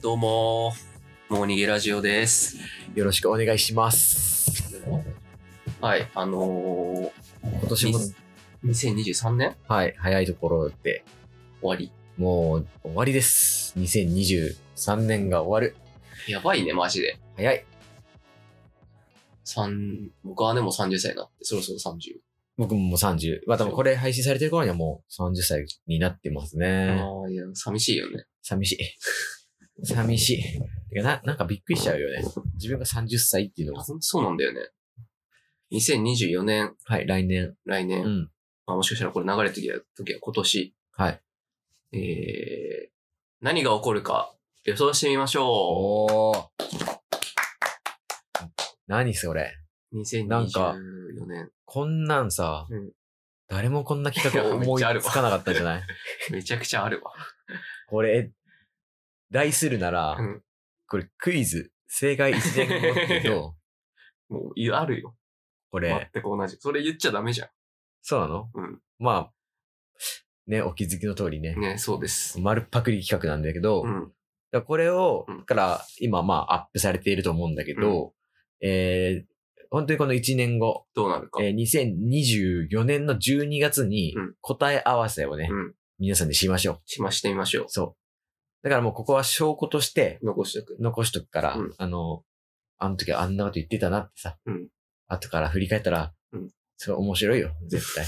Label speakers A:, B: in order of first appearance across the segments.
A: どうもー、もう逃げラジオです。
B: よろしくお願いします。
A: はい、あの
B: 今年も、
A: ミー、2023年
B: はい、早いところで、
A: 終わり。
B: もう終わりです。2023年が終わる。
A: やばいね、マジで。
B: 早い。
A: 三、僕はね、もう30歳になって、そろそろ30。
B: 僕ももう30。まあ、多分これ配信されてる頃にはもう30歳になってますね。
A: ああ、いや、寂しいよね。
B: 寂しい。寂しい。てかな、なんかびっくりしちゃうよね。自分が30歳っていうのが。
A: ほんとそうなんだよね。2024年、
B: はい、来年。
A: 来年、
B: うん。
A: まあ、もしかしたらこれ流れてきた時は今年、
B: はい。
A: えー、何が起こるか予想してみましょ
B: おー。何それ。
A: う。2024年。
B: なんかこんなんさ、
A: うん
B: 誰もこんな企
A: い
B: 画
A: やめっ
B: 思い
A: ちゃあるわ
B: つかなかったんじゃない
A: めちゃくちゃあるわ。
B: これ、題するなら、
A: うん
B: これクイズ、正解一年後ってい うと、
A: もう、いあるよ。
B: これ、
A: 全く同じ。それ言っちゃダメじゃ
B: そうなの
A: ん。うん。
B: まあ、ね、お気づきの通りね、
A: ね、そうです。
B: 丸パクリ企画なんだけど、
A: う
B: だか
A: ん。
B: らこれを、
A: うん
B: から今まあアップされていると思うんだけど、えー本当にこの1年後、
A: どうなるか。
B: えー2024年の12月に
A: うん
B: 答え合わせをね、
A: うん。
B: 皆さんでしましょ
A: しましてみましょう
B: う。。そう。だからもうここは証拠として、
A: 残しておく。
B: 残しとくから、
A: うん
B: あの、あの時はあんなこと言ってたなってさ、
A: うん
B: 後から振り返ったら、
A: うん
B: それ面白いよ、絶 対。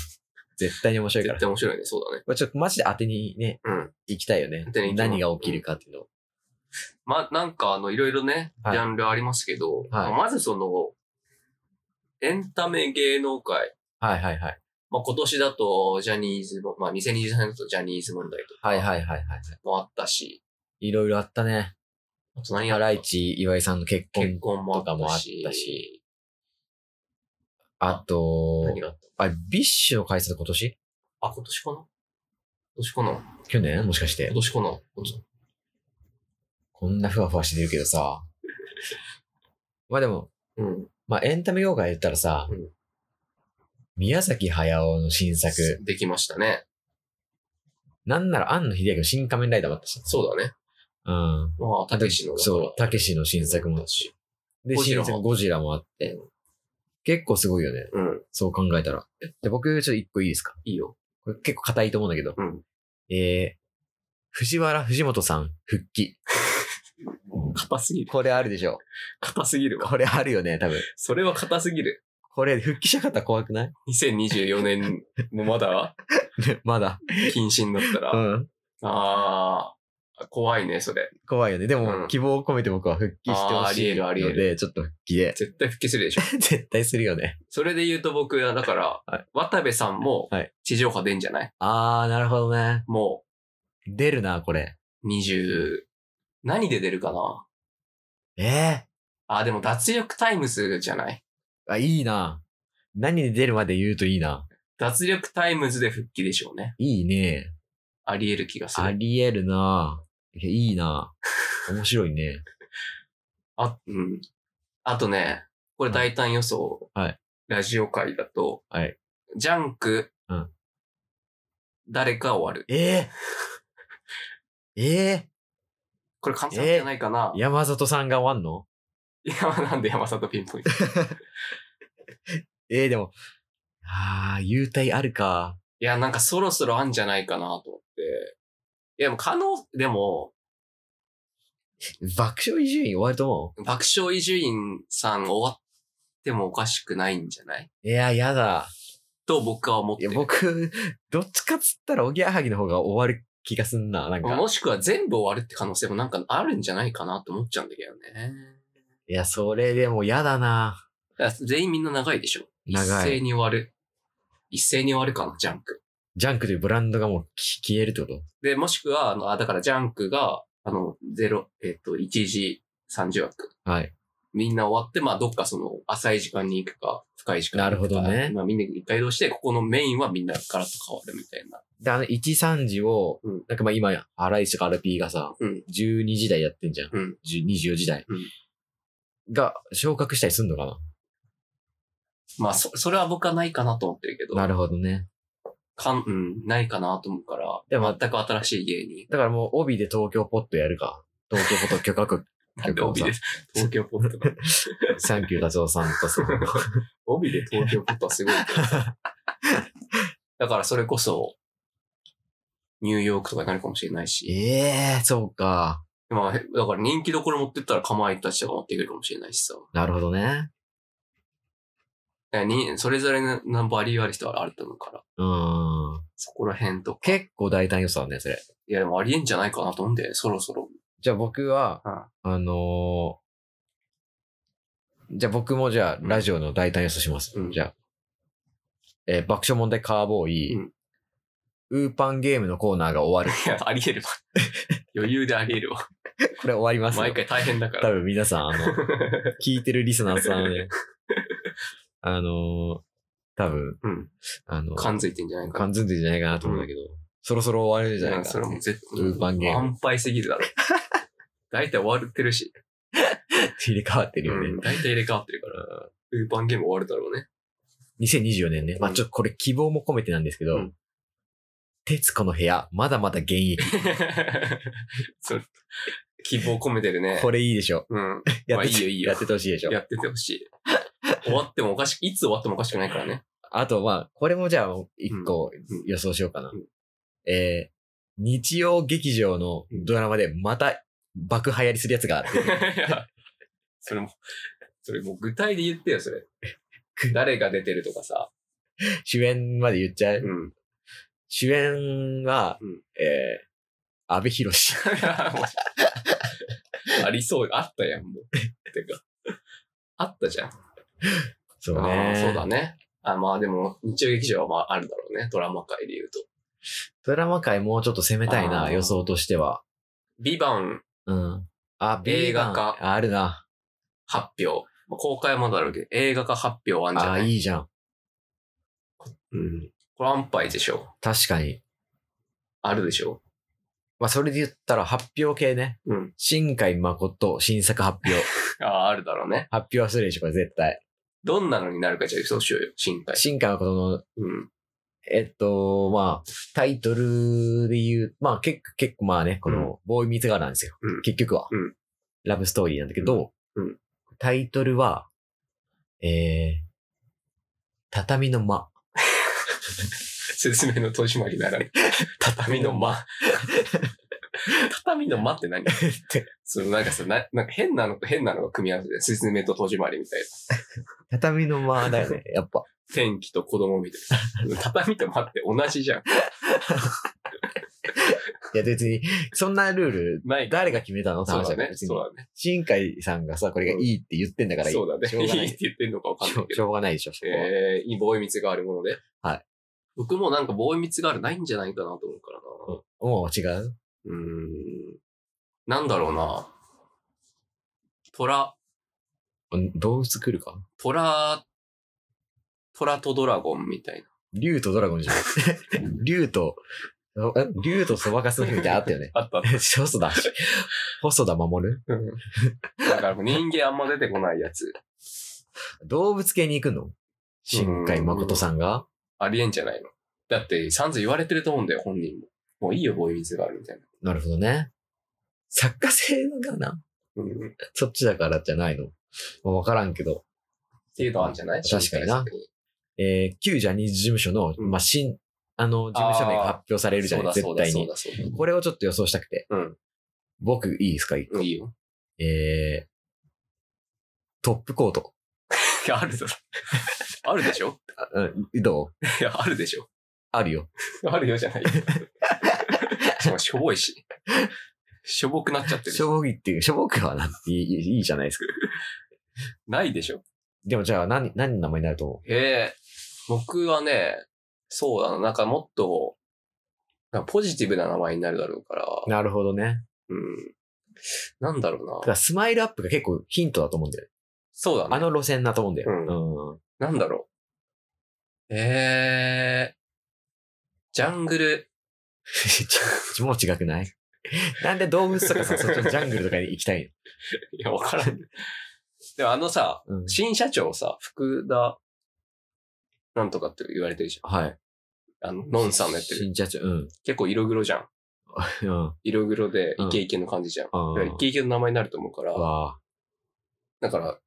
B: 絶対に面白いから。
A: 絶
B: こ
A: 対面白いね。そうだね。
B: れちょっとマジで当てにね、
A: うん。
B: 行きたいよね
A: 当てに。行きたい
B: 何が起きるかっていうのを。
A: ま、なんか、あの、いろいろね、
B: はい
A: ジャンルありますけど、まあまずその、エンタメ芸能界。
B: はいはいはい。
A: まあ、今年だと、ジャニーズも、まあ、2023年だとジャニーズ問題と
B: はい
A: か
B: はいはいはい。
A: もあったし、
B: いろいろあったね。
A: あと何や
B: ハ
A: ら
B: ライチ岩井さんの結婚
A: 結婚もあ
B: とか
A: っ
B: も
A: た
B: あっ
A: し、
B: たしあと、
A: 何があっ
B: あれ、ビッシュの解説今年
A: たあ、今年かな今年かな
B: 去年もしかして
A: 今。年かな今年
B: こんなふわふわしてるけ どさ。まあでも、
A: うん。
B: まあエンタメ業界で言ったらさ、
A: うん
B: 宮崎駿の新作、
A: できましたね。
B: なんなら庵野秀明の新仮面ライダーもあったし。
A: そうだね。
B: うん。
A: まあ、たけしの。
B: そう、たけしの新作もあったし。で、
A: ゴジラ
B: 新
A: も
B: 作ゴジラもあって。結構すごいよね。
A: うん。
B: そう考えたら。で、僕、ちょっと一個いいですか
A: いいよ。
B: これ結構硬いと思うんだけど。
A: うん
B: えー、藤原藤本さん復帰。
A: 硬すぎる。
B: これあるでしょ。
A: 硬すぎるわ。
B: これあるよね、多分。
A: それは硬すぎる。
B: これ、復帰した方怖くない
A: 2024年もまだ
B: まだ。
A: 謹慎だったら。
B: う
A: あ
B: ん。
A: あー、怖いね、それ。
B: 怖いよね。でも、
A: うん
B: 希望を込めて僕は復帰してほしい
A: あーありえるありえる
B: ので、ちょっと復帰で。
A: 絶対復帰するでしょ。
B: 絶対するよね。
A: それで言うと僕は、だから、
B: はい
A: 渡部さんも
B: はい
A: 地上波出んじゃない
B: あー、なるほどね。
A: も
B: 出るな、これ。
A: う20、何で出るかな
B: ええ
A: あー、でも脱力タイムズじゃない
B: あ、いいな。何で出るまで言うといいな。
A: 脱力タイムズで復帰でしょうね。
B: いいね。
A: あり得る気がす
B: あ
A: る。
B: りえるな。いやいいな。面白いね。
A: あ、うん。あとね、これ大胆予想。
B: はい
A: ラジオ界だと、
B: はい
A: ジャンク、
B: うん
A: 誰か終わる。
B: ええええ
A: これ簡単じゃないかな、
B: 山里さんが終わんの
A: いや、なんで山里ピンポイン ト。い
B: ええでも、あー、優待あるか。
A: や、なんかそろそろあんじゃないかなと思って。いや、でも可能、でも、
B: 爆笑伊集院終わると思
A: 爆笑伊集院さん終わってもおかしくないんじゃないう
B: いや、やだ。
A: と僕は思っ
B: い
A: て
B: や、
A: る。
B: 僕、どっちかっつったら、おぎやはぎの方が終わる気がすんな。なんか。
A: もしくは全部終わるって可能性もなんかあるんじゃないかなと思っちゃうんだけどね。
B: いや、それでもやだな。
A: だから全員みんな長いでしょ一
B: 長
A: 斉
B: い。
A: に終わる。一斉に終わるかな、ジャンク。
B: ジャンクというブランドがもうき消えるってこと
A: で、もしくは、あの、あだからジャンクが、あの、0、えっ、と、1時30枠。
B: はい。
A: みんな終わって、まあ、どっかその、浅い時間に行くか、深い時間に行くか。
B: なるほどね
A: まあ、みんな一回移動して、ここのメインはみんなガラッと変わるみたいな。
B: で、あの、1、3時を、
A: うん
B: なんかまあ今、荒井とか RP がさ、
A: うん
B: 12時台やってんじゃん。
A: うん
B: 10 24時台。が、昇格したりすんのかな
A: まあ、そ、それは僕はないかなと思ってるけど。
B: なるほどね。
A: かん、うん、ないかなと思うから。
B: でも
A: 全く新しい芸人。
B: だからもう帯で東京ポットやるか。東京ポト許可局。
A: なんで帯で、東京ポットが。
B: サンキューダチョウさんとその、
A: 帯で東京ポットはすごいけど さ。だからそれこそ、ニューヨークとかになるかもしれないし。
B: ええー、そうか。
A: まあ、へだから人気どころ持ってったらかまいたちとか持ってくるかもしれないしさ。
B: なるほどね。
A: だからにそれぞれのナンバーリーある人はあると思うから。
B: うーん。
A: そこら辺とか。
B: 結構大胆予想だね、それ。
A: いや、でもありえんじゃないかなと思うんだよね、そろそろ。
B: じゃあ僕は、
A: うん
B: あのーじゃあ僕もじゃあ
A: うん
B: ラジオの大胆予想します。
A: うん
B: じゃあ、えー爆笑問題カーボーイ、
A: うん
B: ウーパンゲームのコーナーが終わる。
A: いや、ありえるわ。 余裕でありえるわ。
B: これ終わりますよ
A: 毎回大変だか
B: 多
A: ら。
B: 分皆さん、 あの、聞いてるリスナーさんはね、あのー多分、
A: うん。
B: あの、
A: 感づいてんじゃないかな。
B: 感づいてんじゃないかなと思うんだけど、そろそろ終わるんじゃな
A: い
B: い
A: やそ
B: かな
A: れ。もう絶
B: ウーパンゲーム
A: 安牌すぎるだ ろ。大体終わってるし。
B: 入れ替わってる
A: う
B: よね。
A: ん大体入れ替わってるから。ウーパンゲーム終わるだろうね。
B: 2024年ね。まあ
A: うん
B: ちょっとこれ希望も込めてなんですけ
A: う
B: ど
A: ん、
B: 徹子の部屋、まだまだ現役。
A: そう希望込めてるね。
B: これいいでしょ。
A: うん。
B: や
A: ま
B: っ
A: あ
B: て
A: いいよいいよ
B: やっててほしいでしょ。
A: やっててほしい。終わってもおかしく、いつ終わってもおかしくないから ね。
B: あとまあ、これもじゃあ一個
A: うん
B: 予想しようかな
A: うん。
B: えー、日曜劇場のドラマでまた爆流行りするやつがある。
A: いやそれも、それもう具体で言ってよ、そ れ。誰が出てるとかさ。
B: 主演まで言っちゃう。
A: うん。
B: 主演は
A: うん、
B: えー、安部博士。
A: ありそう、あったやん、もう。てか。あったじゃん。
B: そう
A: あーそうだ
B: ね。
A: ね。あまあでも、日曜劇場はまああるだろうね。ドラマ界で言うと。
B: ドラマ界もうちょっと攻めたい
A: あ
B: な、
A: ー
B: 予想としては。
A: ビバン
B: うん。あ、
A: 映画化
B: B 版あるな。
A: 発表。まあ公開もだろうけど、映画化発表はあんじゃ
B: あ、
A: ない
B: いいじゃん。
A: うん。これ安牌でしょ。
B: 確かに。
A: あるでしょ。
B: まあ、それで言ったら発表系ね。
A: うん。
B: 新海誠、新作発 表。
A: あ あ、あるだろうね。
B: 発表はするでしょ、これ絶対。
A: どんなのになるかじゃあ予想しようよ。新海。
B: 新海誠の、
A: うん。
B: えっと、まあ、タイトルで言う、まあ、結構、結構まあね、この、ボーイミーツガールなんですよ。
A: うん
B: 結局は、
A: うん
B: ラブストーリーなんだけど、
A: うんうん
B: タイトルは、えー、畳の間。
A: 説明の取締りなら ぬ畳の間。 畳の間って何そのなんかさな、なんか変なのと変なのが組み合わせで、説明と戸締まりみたいな。
B: 畳の間だよね、 やっぱ。
A: 天気と子供みたい な。畳と間って同じじゃん。
B: いや、別に、そんなルール、
A: ないから
B: 誰が決めたのって
A: そう
B: 話
A: だ
B: だか
A: ね
B: ら、。別に
A: そうだね。
B: 新海さんがさ、これがいいって言ってんだからいい。
A: そうだね。
B: しょうがない
A: いいって言ってんのかわかん
B: し
A: な
B: ょ
A: いうけ
B: し
A: ど。
B: ょうがないでしょ、そこは。
A: えー、いいボーイ蜜があるもので。
B: はい。
A: 僕もなんかボーイ蜜があるないんじゃないかなと思うからな。
B: もう違う
A: うーん。なんだろうな。虎、
B: ん動物来るか
A: 虎、虎とドラゴンみたいな。
B: 竜とドラゴンじゃ ん。竜と、え竜とそばかすの日みたいなのあったよ
A: 。
B: ね
A: あった。
B: 細田、細田守る
A: だからもう人間あんま出てこないやつ。
B: 動物系に行くの新海誠さんが
A: ありえんじゃないの。だって、さんざん言われてると思うんだよ、本人も。もういいよ、ボーイ蜜があるみたいな。
B: なるほどね。作家性がな
A: うん。っ
B: そっちだからじゃないのまあわからんけど。
A: ていうのあるんじゃない
B: 確かにな。えー、旧ジャニーズ事務所の、
A: うん
B: まあ、新、あの、事務所名が発表されるじゃ
A: そう
B: な
A: だ、
B: い
A: そ
B: 絶
A: うだ、
B: 対
A: そう
B: に。
A: だ、そうだ。
B: これをちょっと予想したくて。
A: うん
B: 僕、いいですか一個
A: うんいい よ。
B: えー、トップコート。
A: いや、あるだろ。 あるでしょ
B: あうん、どう
A: いや、あるでしょ。
B: あ るよ。
A: あるよじゃないよ。しかもしょぼいし。しょぼくなっちゃってるし
B: し。ょぼいっていう、しょぼくはなんていいいいじゃないですか。
A: ないでしょ。
B: でもじゃあ何、何の名前になると思
A: ええ僕はね、そうだな。なんかもっと、なんかポジティブな名前になるだろうから。
B: うなるほどね。
A: うん。なんだろ
B: だ
A: う
B: か
A: な。
B: らスマイルアップが結構ヒントだと思うんだよね。
A: そうだ
B: あ
A: ね。
B: の路線だと思うんだよ。うん。
A: なんだろう。ええジャングル。
B: ち もう違くないなんで動物とかさ、そっちのジャングルとかに行きたい
A: いや、わからん。 でもあのさ、
B: の、うん、
A: 新社長さ、福田、なんとかって言われてるじ
B: はい。
A: ゃん。あの、ノンさんのやってる。
B: 新社長、うん。
A: 結構色黒じゃん。
B: うん。
A: 色黒でイケイケの感じじゃん。
B: あ
A: だからイケイケの名前になると思うか
B: あ。
A: ら、
B: わあ。
A: だから、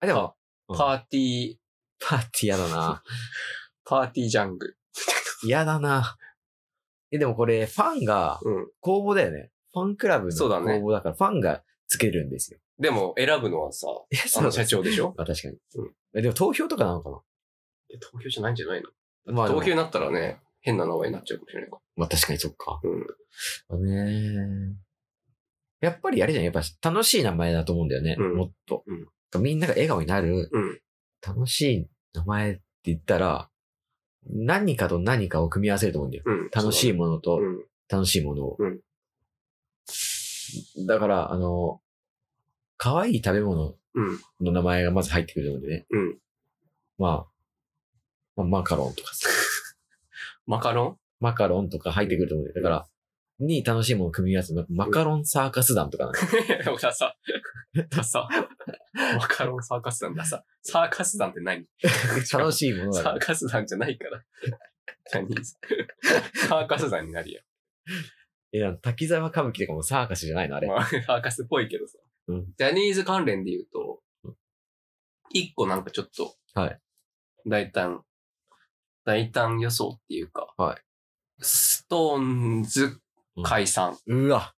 B: あ、でも、うん
A: パーティー、
B: パーティー嫌だな。
A: パーティージャング。
B: 嫌だな。え、でもこれ、ファンが、
A: うん。
B: 公募だよね。ファンクラブの
A: そうだね
B: 公募だから、ファンがつけるんですよ。
A: でも、選ぶのはさ、
B: え、
A: あの社長でしょ
B: あ、確かに
A: うん。
B: えでも投票とかなのか
A: え東京じゃないんじゃないの
B: なまあでも、
A: 東京になったらね、変な名前になっちゃうかもしれないか
B: まあ確かにそっか。
A: ら。うん。
B: だねやっぱりあれじゃん。やっぱ楽しい名前だと思うんだよね。
A: うん
B: もっと、
A: うん
B: みんなが笑顔になる、
A: うん
B: 楽しい名前って言ったら、何かと何かを組み合わせると思うんだよ。
A: うん。
B: 楽しいものと
A: そうだね。うん。
B: 楽しいものを。
A: うん
B: だから、あの、可愛い食べ物
A: うん。
B: の名前がまず入ってくると思うんでね。
A: うん
B: まあ、まあ、マカロンとかさ、
A: マカ ロ
B: マカロンとか入ってくると思うんだよ。だから、に楽しいものを組み合わせて、マカロンサーカス団とかなん か
A: ン俺はさ、 ダサ。マカロンサーカス団ダサ。サーカス団って何
B: 楽しいものだか
A: サー
B: ら。
A: カス団じゃない から。何サーカス団になるよ。
B: いや、滝沢歌舞伎とかもサーカスじゃないのあれ。
A: まあ、 サーカスっぽいけどさ。
B: うん
A: ジャニーズ関連で言うと、一個なんかちょっと、
B: はい
A: 大胆、大胆予想っていうか、
B: はい
A: ストーンズ解散
B: うわ、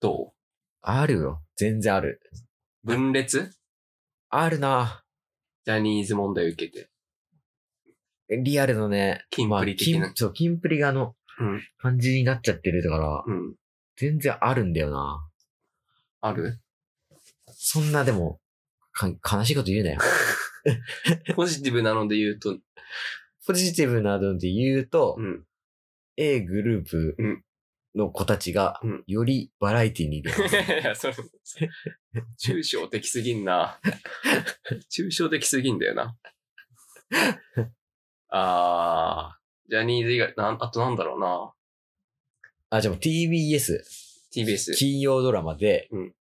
A: と
B: あるよ。全然ある。
A: 分裂
B: あるな
A: ジャニーズ問題を受けて。
B: リアルのね。
A: キンプリ的な
B: まあ金そう、キンプリがあの
A: うん、
B: 感じになっちゃってるだから、
A: うん。
B: 全然あるんだよな
A: ある
B: そんなでも、か悲しいこと言 うなよ。
A: ポジティブなので言うと、
B: ポジティブなどで言うと、
A: うん。
B: A グループ
A: うん
B: の子たちが
A: うん、
B: よりバラエティにいる。
A: いやいや、それ、抽象的すぎん な。抽象的すぎんだよな。あー、ジャニーズ以外、なんあとなんだろうな。
B: あ、じゃあもう TBS、
A: TBS。
B: 金曜ドラマで、
A: うん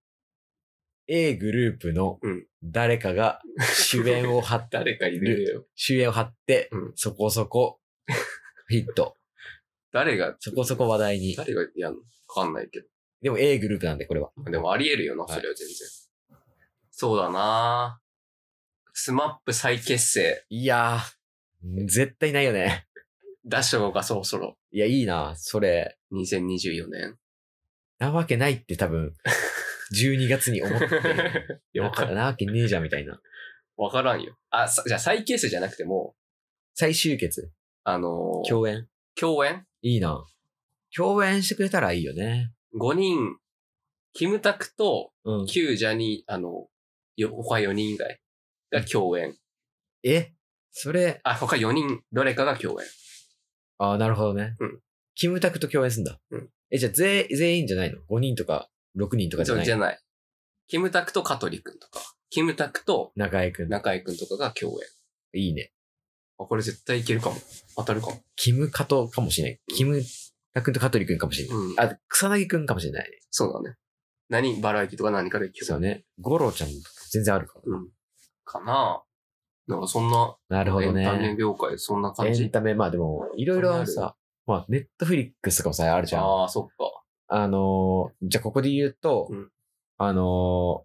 B: A グループの
A: うん
B: 誰 かが主演を張って、
A: 誰か入れるよ。
B: 主演を張って、
A: うん
B: そこそこヒット、
A: 誰が、
B: そこそこ話題に。
A: 誰がやんのわかんないけ
B: でも A グループなんで、これは。
A: ど。でもあり得るよな、
B: はい
A: それは全然。そうだなスマップ再結成
B: いやー、絶対ないよね。
A: 出した方がそろそろ
B: いや、いいな、それ。
A: 2024年。
B: なわけないって多分、12月に 思って、
A: いや、わか
B: なわけねえじゃんみたいな。
A: わからんよ。あ、さじゃあ再結成じゃなくても、
B: 最終決、
A: あのー
B: 共演。
A: 共演
B: いいな。共演してくれたらいいよね。
A: 5人、キムタクと
B: うん。
A: 旧ジャニー、あの、よ、他4人以外が共演。
B: えそれ、
A: あ、他4人、どれかが共演。
B: ああ、なるほどね。
A: うん
B: キムタクと共演すんだ。
A: うん
B: え、じゃあ全全員じゃないの ?5 人とか6人とかじ
A: そ
B: ゃ
A: う
B: ない
A: じゃない。キムタクと香取くんとか、キムタクと
B: 中井くん。
A: 中井くんとかが共演。
B: いいね。
A: あ、これ絶対いけるかも。当たるかも。
B: キムカトかもしれない。キムタクとカトリくんかもしれない。
A: うん。
B: あ、草薙くんかもしれない。
A: そうだね。何、バラエティとか何かで共
B: そう
A: 演。
B: ね。ゴロちゃん全然あるか
A: うん。かなだからそんな、
B: ら。なるほど
A: エンタメ
B: ね。
A: 業界、そんな感
B: エ
A: じ
B: ン。タメ、まあでも、いろいろさ、まあネットフリックスとかもさ、あるじゃん。
A: ああ、そっか。
B: あのーじゃあここで言うと、
A: うん
B: あのー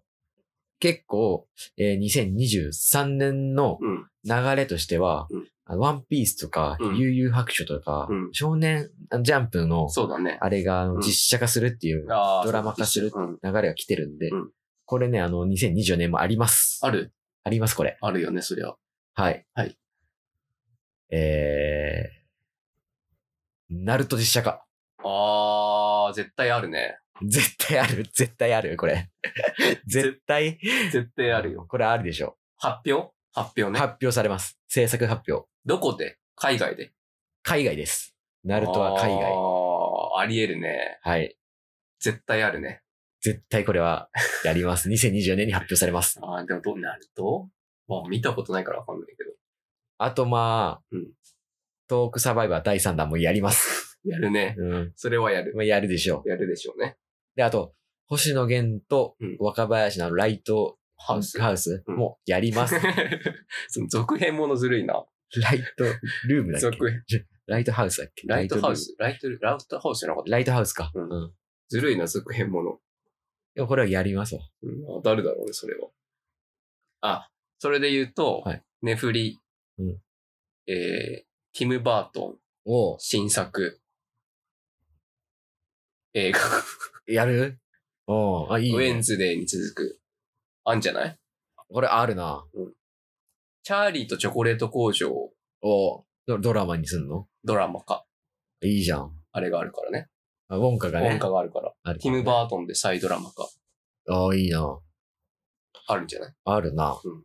B: 結構、えー2023年の
A: うん。
B: 流れとしては、
A: うん
B: あのワンピースとか、
A: うん
B: 悠々白書とか、
A: うん
B: 少年ジャンプの、
A: そうだね。
B: あれがあの
A: うん
B: 実写化するっていう
A: ああ。
B: ドラマ化する
A: うん。
B: 流れが来てるんで、
A: うん
B: これね、あの、2024年もあります。
A: ある
B: あります、これ。
A: あるよね、そりゃ。
B: はい。
A: はい。
B: えー、ナルト実写化。
A: あー、絶対あるね。
B: 絶対ある、絶対ある、これ。絶対
A: 絶対あるよ。。
B: これあるでしょ。
A: 発表発表ね。
B: 発表されます。制作発表。
A: どこで海外で。
B: 海外です。ナルトは海外。
A: あー、あり得るね。
B: はい。
A: 絶対あるね。
B: 絶対これはや ります。2024年に発表されます。
A: あー、でもどうなるとまあ見たことないからわかんないけど。
B: あとまあ、
A: うん
B: トークサバイバー第3弾もやります。
A: やるね。
B: うん。
A: それはやる。
B: まあ、やるでしょう。
A: やるでしょうね。
B: で、あと、星野源と
A: うん
B: 若林のあのライト
A: ハウス。
B: ハウス
A: うん
B: も やります。
A: その続編ものずるいな。
B: ライトルームだっけ
A: 続編。
B: ライトハウスだっけ
A: ライトハウ
B: ル
A: ス、ライトル、ラウトハウスじゃなかった。
B: ライトハウスか。
A: う
B: うんん。
A: ずるいな、続編もの。
B: でもこれはやりますわ。
A: うん、あ誰だろうね、それは。あ、それで言うと、
B: はい
A: ネフリ、
B: うん
A: えー、ティム・バートン、
B: おう
A: 新作、映画、
B: やるおうあ、いい、
A: ウェン
B: ね。
A: ズデーに続く、あんじゃない
B: これあるな。
A: チャーリーとチョコレート工場、
B: おうドドラマにすんの
A: ドラマか。
B: いいじゃん。
A: あれがあるからね。
B: あウォンカがね。
A: 文化があるから。
B: ある
A: ティム・バートンで再ドラマか。
B: ああ、いいな。
A: あるんじゃない
B: あるな。
A: うん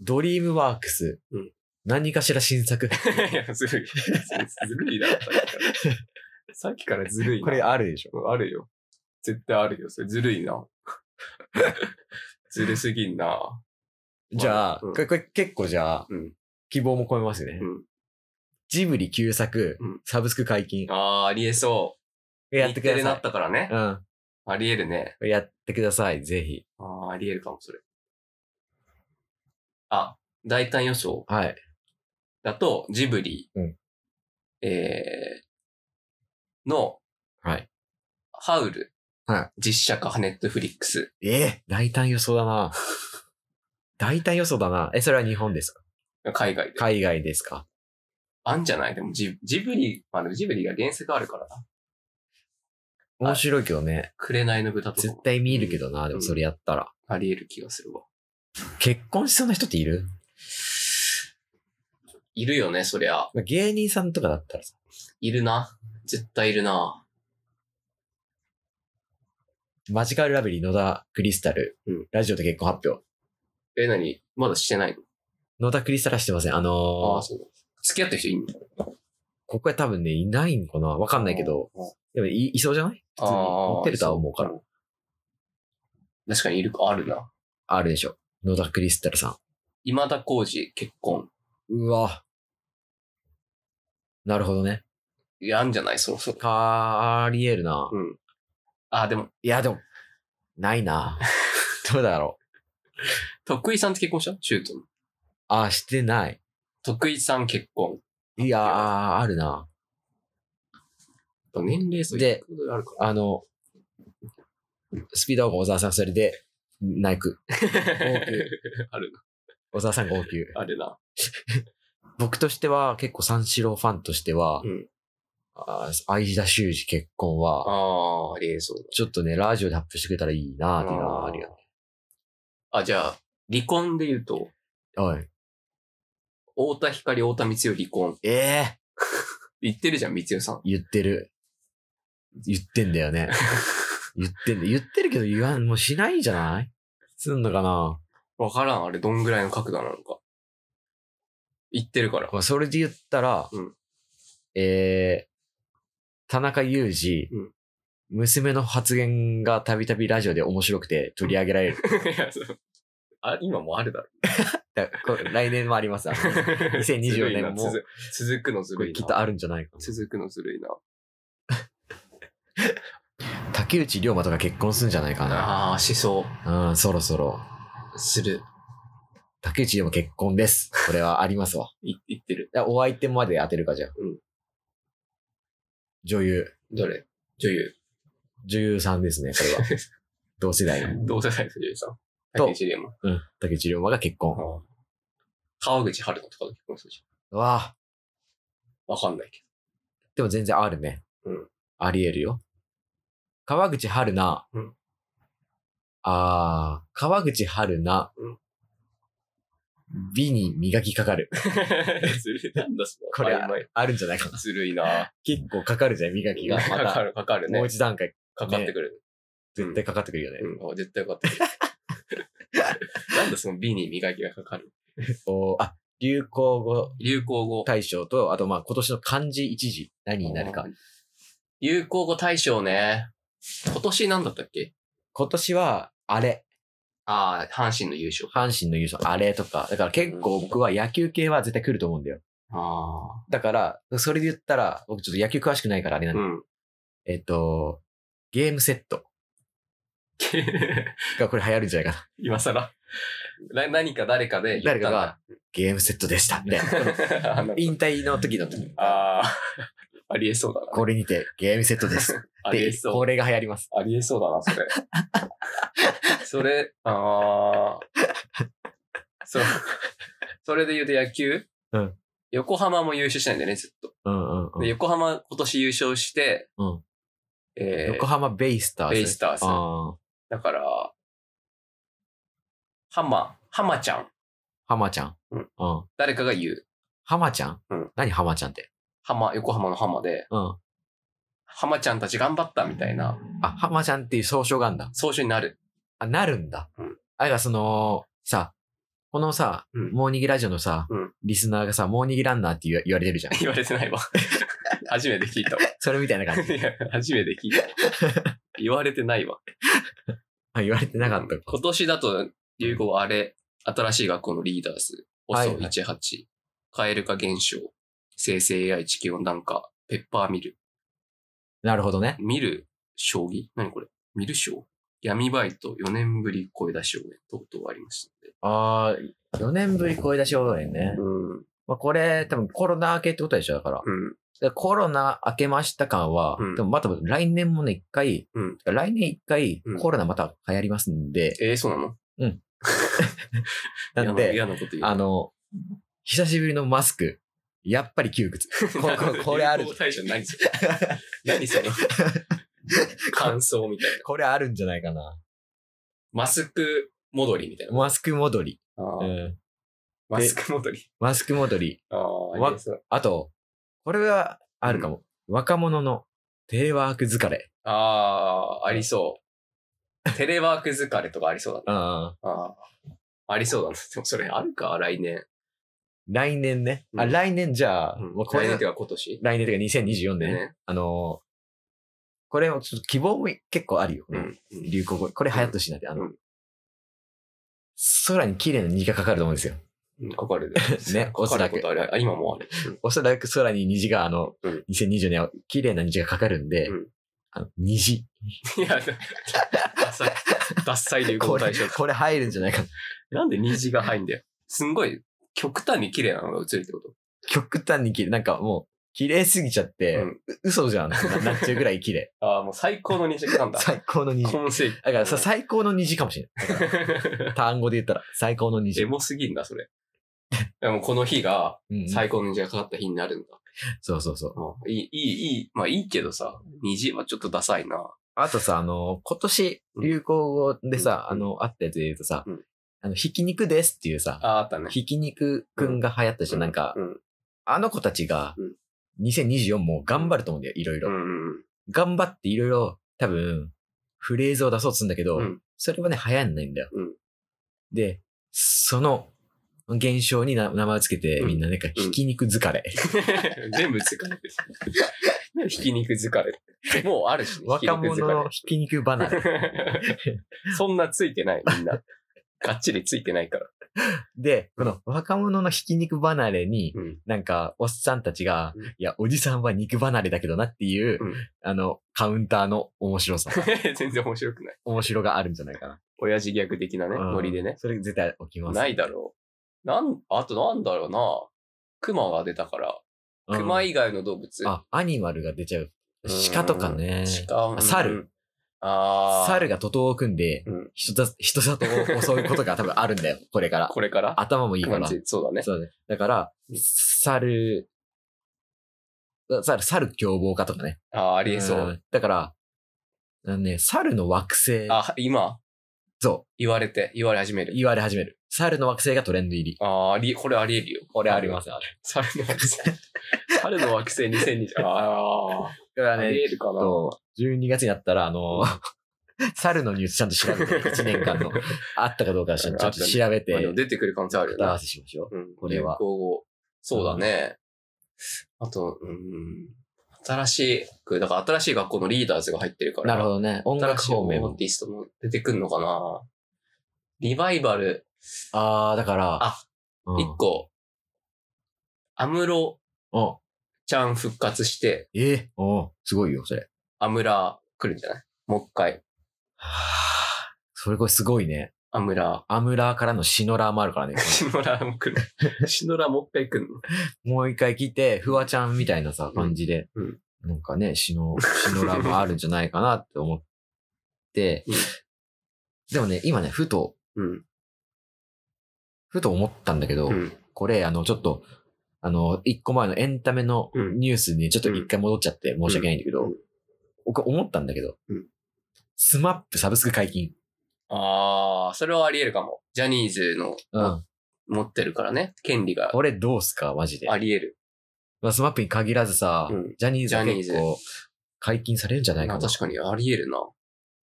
B: ドリームワークス。
A: うん
B: 何かしら 新作。
A: いや、ずるい。ずるいな。さっきから さっきからずるいな。
B: これあるでしょ。
A: うんあるよ。絶対あるよ。それずるいな。ずるすぎんな。
B: じゃあ、
A: うん
B: これこれ結構じゃあ、
A: うん
B: 希望も込めますね。
A: うん
B: ジブリ旧作、
A: うん
B: サブスク解禁。
A: あー、ありえそう。
B: やってく
A: 日
B: だ
A: テレな
B: さ
A: ったからね
B: い。。うん。
A: ありえるね。
B: やってください、ぜひ。
A: あー、ありえるかも、それ。あ、大胆予想
B: はい。
A: だと、ジブリ、
B: うん
A: えー、の、
B: はい。
A: ハウル、
B: は
A: 実写化、ネットフリックス。
B: ええ大胆予想 だな。大胆予想だな。え、それは日本ですか
A: 海外で。
B: 海外ですか
A: あんじゃないでもジ、ジブリ、まあでもジブリが原作あるからな。
B: 面白いけどね。
A: 紅の豚とか
B: 絶
A: も
B: 対見るけどな、で
A: う
B: も
A: ん
B: それやったら。
A: ありえる気がするわ。
B: 結婚しそうな人っている
A: いるよね、そりゃ。
B: 芸人さんとかだったらさ、
A: いるな。絶対いるな。
B: マジカルラブリー野田クリスタル、
A: うん
B: ラジオで結婚発表。
A: え、なにまだしてないの
B: 野田クリスタルはしてません。あの
A: ああ、
B: ー、
A: そうだ。付き合ってる人いんの
B: ここは多分ね、いないんかなわかんないけど、
A: うんうん
B: でもいいそうじゃない普通に持ってるとは思うから。。
A: 確かにいるか、あるな。
B: あるでしょ。野田クリスタルさん。
A: 今田耕司結婚。
B: うわ。なるほどね。
A: いや、あんじゃないそろそろ。
B: かありえるな。
A: うん。あ、でも、
B: いや、でも、ない な。どうだろう。
A: 徳井さんって結婚したシュートの。
B: あ、してない。
A: 徳井さん結婚。
B: いやー、あるな。
A: 年齢層
B: で
A: いろいろあるか
B: あの、スピードワゴン小沢さんそれで、泣く。
A: ら。
B: 多く
A: あるな。
B: 小沢さんが応急。
A: あるな。
B: 僕としては、結構三四郎ファンとしては、
A: うん
B: あー相田修二結婚
A: あ
B: は、
A: あ、ありえそうだ。
B: ちょっとね、ラジオで発表してくれたらいいなーっていうのはあるよね。
A: あ、じゃあ、離婚で言うと、
B: おい。
A: 太田光、太田光代離婚。
B: ええ
A: 言ってるじゃん、光代さん。
B: 言ってる。言ってんだよ ね。言ってんだ。言ってるけど言わん、もうしないんじゃないすんのかな
A: わからん、あれどんぐらいの角度なのか。言ってるから。
B: まあ、それで言ったら、
A: うん
B: えー、田中裕二、
A: うん
B: 娘の発言がたびたびラジオで面白くて取り上げられる。
A: いや、そう。あ、今もあるだ ろ。
B: だこ来年もあります。あの
A: ずる
B: 2024
A: いな
B: 年も、
A: 続続くのず
B: こ
A: る
B: れ
A: い
B: きっと
A: な。
B: あるんじゃないかな。
A: 続くのずるいな。
B: 竹内涼真とか結婚するんじゃないかな。
A: ああ、しそ
B: うん、そろそろ。
A: う。する。
B: 竹内涼真結婚です。これはありますわ。
A: い言ってる。
B: いやお相手まで当てるか、じゃあ。
A: うん
B: 女優。
A: どれ女優。
B: 女優さんですね、こ れは。同世代の。
A: 同世代の女優さん。
B: と
A: 竹内涼真。
B: うん。竹内涼真が結婚。
A: 川口春奈とかと結婚するじ
B: わあ。
A: ゃん。わかんないけ
B: でも全然あるね。
A: うん
B: あり得るよ。川口春奈。
A: うん
B: あー、川口春奈。
A: うん
B: 美に磨きかかる。
A: ど。 ずるい。なんだその。
B: これ
A: 曖昧
B: あるんじゃないかな。
A: ずるいな。
B: 結構かかるじゃん、磨きが。ま
A: かか
B: た、
A: る、かかる
B: もう
A: ね。
B: 一段階、
A: かかってくる。
B: 絶対かかってくるよね。
A: うん、あ絶対よかった。 なんだその美に磨きがかかる。
B: こうあ、流行語
A: 流行語。
B: 大賞と、あとまあ今年の漢字一字、何になるか。。
A: 流行語大賞ね。今年なんだったっけ
B: 今年は、あれ。
A: ああ、阪神の優勝。
B: 阪神の優勝、あれとか。だから結構僕は野球系は絶対来ると思うんだよ。
A: あ
B: だから、それで言ったら、僕ちょっと野球詳しくないからあれな
A: あ。
B: んだけど
A: うん。
B: えっと、ゲームセット。がこれ流行るんじゃないかな。
A: 今更。な何か誰かで言ったんだ。
B: ゲームセットでした。み たいな。この
A: あの
B: 引退の時の、
A: あー、 ありえそうだな。
B: これにてゲームセットです。
A: あり
B: で
A: え、そう
B: こ。れが流行ります。
A: ありえそうだな、それ。それ、ああ。そう。それで言うと野球
B: うん
A: 横浜も優勝してないんだよね、ずっと。
B: うんうんう
A: で
B: ん。
A: 横浜今年優勝して、
B: うん
A: えー
B: 横浜ベイスターズ。
A: ベイスターズ
B: あー
A: だから、ハマ、ハマちゃん。
B: ハマちゃん。
A: うん
B: ん。
A: 誰かが言う。
B: ハマちゃん
A: うん
B: 何ハマちゃんって。
A: ハマ、横浜のハマで、
B: うん。
A: ハマちゃんたち頑張ったみたいな、
B: あ、ハマちゃんっていう総称があるんだ。
A: 総称になる。
B: あ、なるんだ。
A: うん
B: あ、だからその、さ、このさ、
A: うん
B: モーニギラジオのさ、
A: うん
B: リスナーがさ、モーニギランナーって言わ言われてる じゃん。
A: 言われて ないわ。初めて聞いたわ。
B: それみたいな感じ。
A: いや、初めて聞いた。言われてないわ。
B: あ言われてなかったか
A: 今年だと、流行はあれ、新しい学校のリーダーズ、
B: はいはい
A: OSO18、カエル化現象、生成 AI 地球温暖化、ペッパーミル、
B: なるほどね。
A: 見る将棋何これ見る将闇バイト4年ぶり声出し応援等々ありましたので。
B: ああ、4年ぶり声出し応援ね。
A: うん。
B: まあ、これ、多分コロナ明けってことでしょ、だから。
A: うん。
B: でコロナ明けました感は、
A: うん
B: でもまた来年もね、一回、
A: うん
B: 来年一回
A: うん
B: コロナまた流行りますんで、
A: えー、そうなの
B: なん
A: 嫌
B: で、
A: な嫌なこと言う。
B: あの、久しぶりのマスク、やっぱり窮屈。これこ れこれある
A: 流行対象何 それ何その感想みたいな。
B: これあるんじゃないかな。
A: マスク戻りみたいな。
B: マスク戻り。
A: あー
B: うん、
A: マスク戻り。
B: マスク戻り。
A: ああ、
B: わ
A: いいです
B: あと、これはあるかも。若者のテレワーク疲れ。
A: あーあり そう。テレワーク疲れとかありそうだね。
B: うん。
A: ああ、ありそうだな。 でもそれあるか来年。
B: 来年ね。あ、
A: うん
B: 来年じゃあ、もうこ
A: 来
B: れ
A: 年
B: 来
A: ってか今年。
B: 年というか2024年ね。
A: ね
B: あのーこれもちょっと希望も結構あるよ。
A: うん。うん
B: 流行語。これ流行ってほしいなって。あの、
A: うん
B: 空に綺麗な虹がかかると思うんですよ。
A: うんかかるね
B: ねおそら
A: かか
B: く
A: ることあるあ今もある。
B: おそらく空に虹が、あの、
A: うん
B: 2020年は綺麗な虹がかかるんで、
A: うん
B: あの虹。
A: いや、ダサい。ダサい流行
B: こ
A: 語
B: れ
A: 大賞、。
B: これ入るんじゃないかな。
A: なんで虹が入んだよ。すんごい、極端に綺麗なのが映るってこと
B: 極端に綺麗。なんかもう、綺麗すぎちゃって、
A: うん
B: う嘘じゃんってななっちゃうぐらい綺麗。
A: ああ、もう最高の虹なんだ。
B: 最高の虹。だ
A: 今世紀。
B: からさ、最高の虹かもしれない。だから単語で言ったら、最高 の
A: エ
B: 虹。
A: モすぎんだ、それ。でもこの日が、
B: うん、
A: 最高の虹がかかった日になるんだ。
B: そうそうそう。
A: うんいい、いい、いい、まあいいけどさ、虹はちょっとダサいな。
B: あとさ、あの、今年、
A: うん
B: 流行語でさ、
A: うん
B: あの、あったやつで言うとさ、
A: うん
B: あの、ひき肉ですっていうさ、
A: ああ、あったね。
B: ひき肉くんが流行ったし、なんか
A: う、ん。
B: あの子たちが
A: うん、
B: 2024も頑張ると思うんだよ、いろいうろ。
A: ん。うん
B: 頑張っていろいろ、多分、フレーズを出そうとするんだけど
A: うん、
B: それはね、流行んないんだよ
A: うん。
B: で、その、現象にな名前をつけて、
A: うん
B: みんななんか、
A: うん
B: ひき肉疲れ。
A: 全部疲れてる。 ひき肉疲れ。もうあるしね、ひき
B: 若
A: 肉疲れ
B: 者のひき肉離れ。
A: そんなついてない、みんな。がっちりついてないから。
B: で、この若者のひき肉離れに、
A: うん。
B: なんか、おっさんたちが、
A: うん
B: いや、おじさんは肉離れだけどなっていう、
A: うん
B: あの、カウンターの面 白さ、
A: 全然面白くない。
B: 面白があるんじゃないかな。
A: 親父ギャグ的なね、
B: うん
A: ノリでね。
B: それ絶対起きます。
A: ないだろう。なん、あとなんだろうな。熊が出たから。
B: うん
A: 熊以外の動物。
B: あ、アニマルが出ちゃう
A: うん、。
B: 鹿とかね。
A: 鹿、うん
B: 猿。
A: ああ。
B: 猿が徒党を組んで
A: うん、
B: 人だ、人里を襲うことが多分あるん だよ、これから。
A: これから
B: 頭もいいから。
A: 熊につそうだね。
B: そうね。だから、猿、猿、猿凶暴化とかね。
A: ああ、ありえそう。
B: んだから、あのね、猿の惑星、
A: あ、今、
B: そ
A: 言われて、言われ始め
B: う、
A: る。
B: 言われ始める。猿の惑星がトレンド入り。
A: ああ、あり、これありえるよ。。
B: これありますす。あ
A: 猿
B: れ
A: の惑星。猿の惑星2020。あ
B: だか
A: あ、
B: ら
A: あり
B: ね、
A: えるか
B: ち
A: な。
B: ょっと、12月になったら、あの、 猿のニュースちゃんと調べて、1年間の、あったかどうかちょっと調べ
A: まあでも
B: て、
A: 出てくる可能性あるよ
B: 答え合わ
A: ね。
B: せしましょう。
A: うん
B: これは
A: 流行そうだね。あと、うん、新しく、だから新しい学校のリーダーズが入ってるから。
B: なるほどね。音
A: 新
B: 楽
A: しい
B: 方面
A: アー
B: も。
A: ティストも出てくんのかなリバイバル、
B: あー、だから、
A: あ
B: うん
A: 一個、アムロ
B: お
A: ちゃん復活して、
B: えーおすごいよ、それ。
A: アムラー来るんじゃないもう一回。
B: はそれこれすごいね。
A: アムラ
B: アムラーからのシノラーもあるから ね。こ
A: ー。シノラーも来る。 シノラーもう一回来るの。
B: れもう一回来て、フワちゃんみたいなさ、感じで、
A: うん
B: なんかね、シノ、シノラーもあるんじゃないかなって思って、
A: うん
B: でもね、今ね、ふと、
A: うん。
B: ふと思ったんだけど、
A: うん。
B: これ、あの、ちょっと、あの、一個前のエンタメの
A: うん
B: ニュースにちょっと一回戻っちゃって申し訳ないんだけ
A: う
B: ど
A: ん、
B: 僕思ったんだけど
A: うん、
B: スマップサブスク解禁。
A: あー、それはあり得るかも。ジャニーズの
B: うん。
A: 持ってるからね。権利が
B: これどうすかマジで。
A: あり得る。
B: まあ、スマップに限らずさ、
A: うん
B: ジャニーズは
A: ジャニーズ
B: 結構解禁されるんじゃないか
A: ま
B: な。
A: あ確かにあり得るな。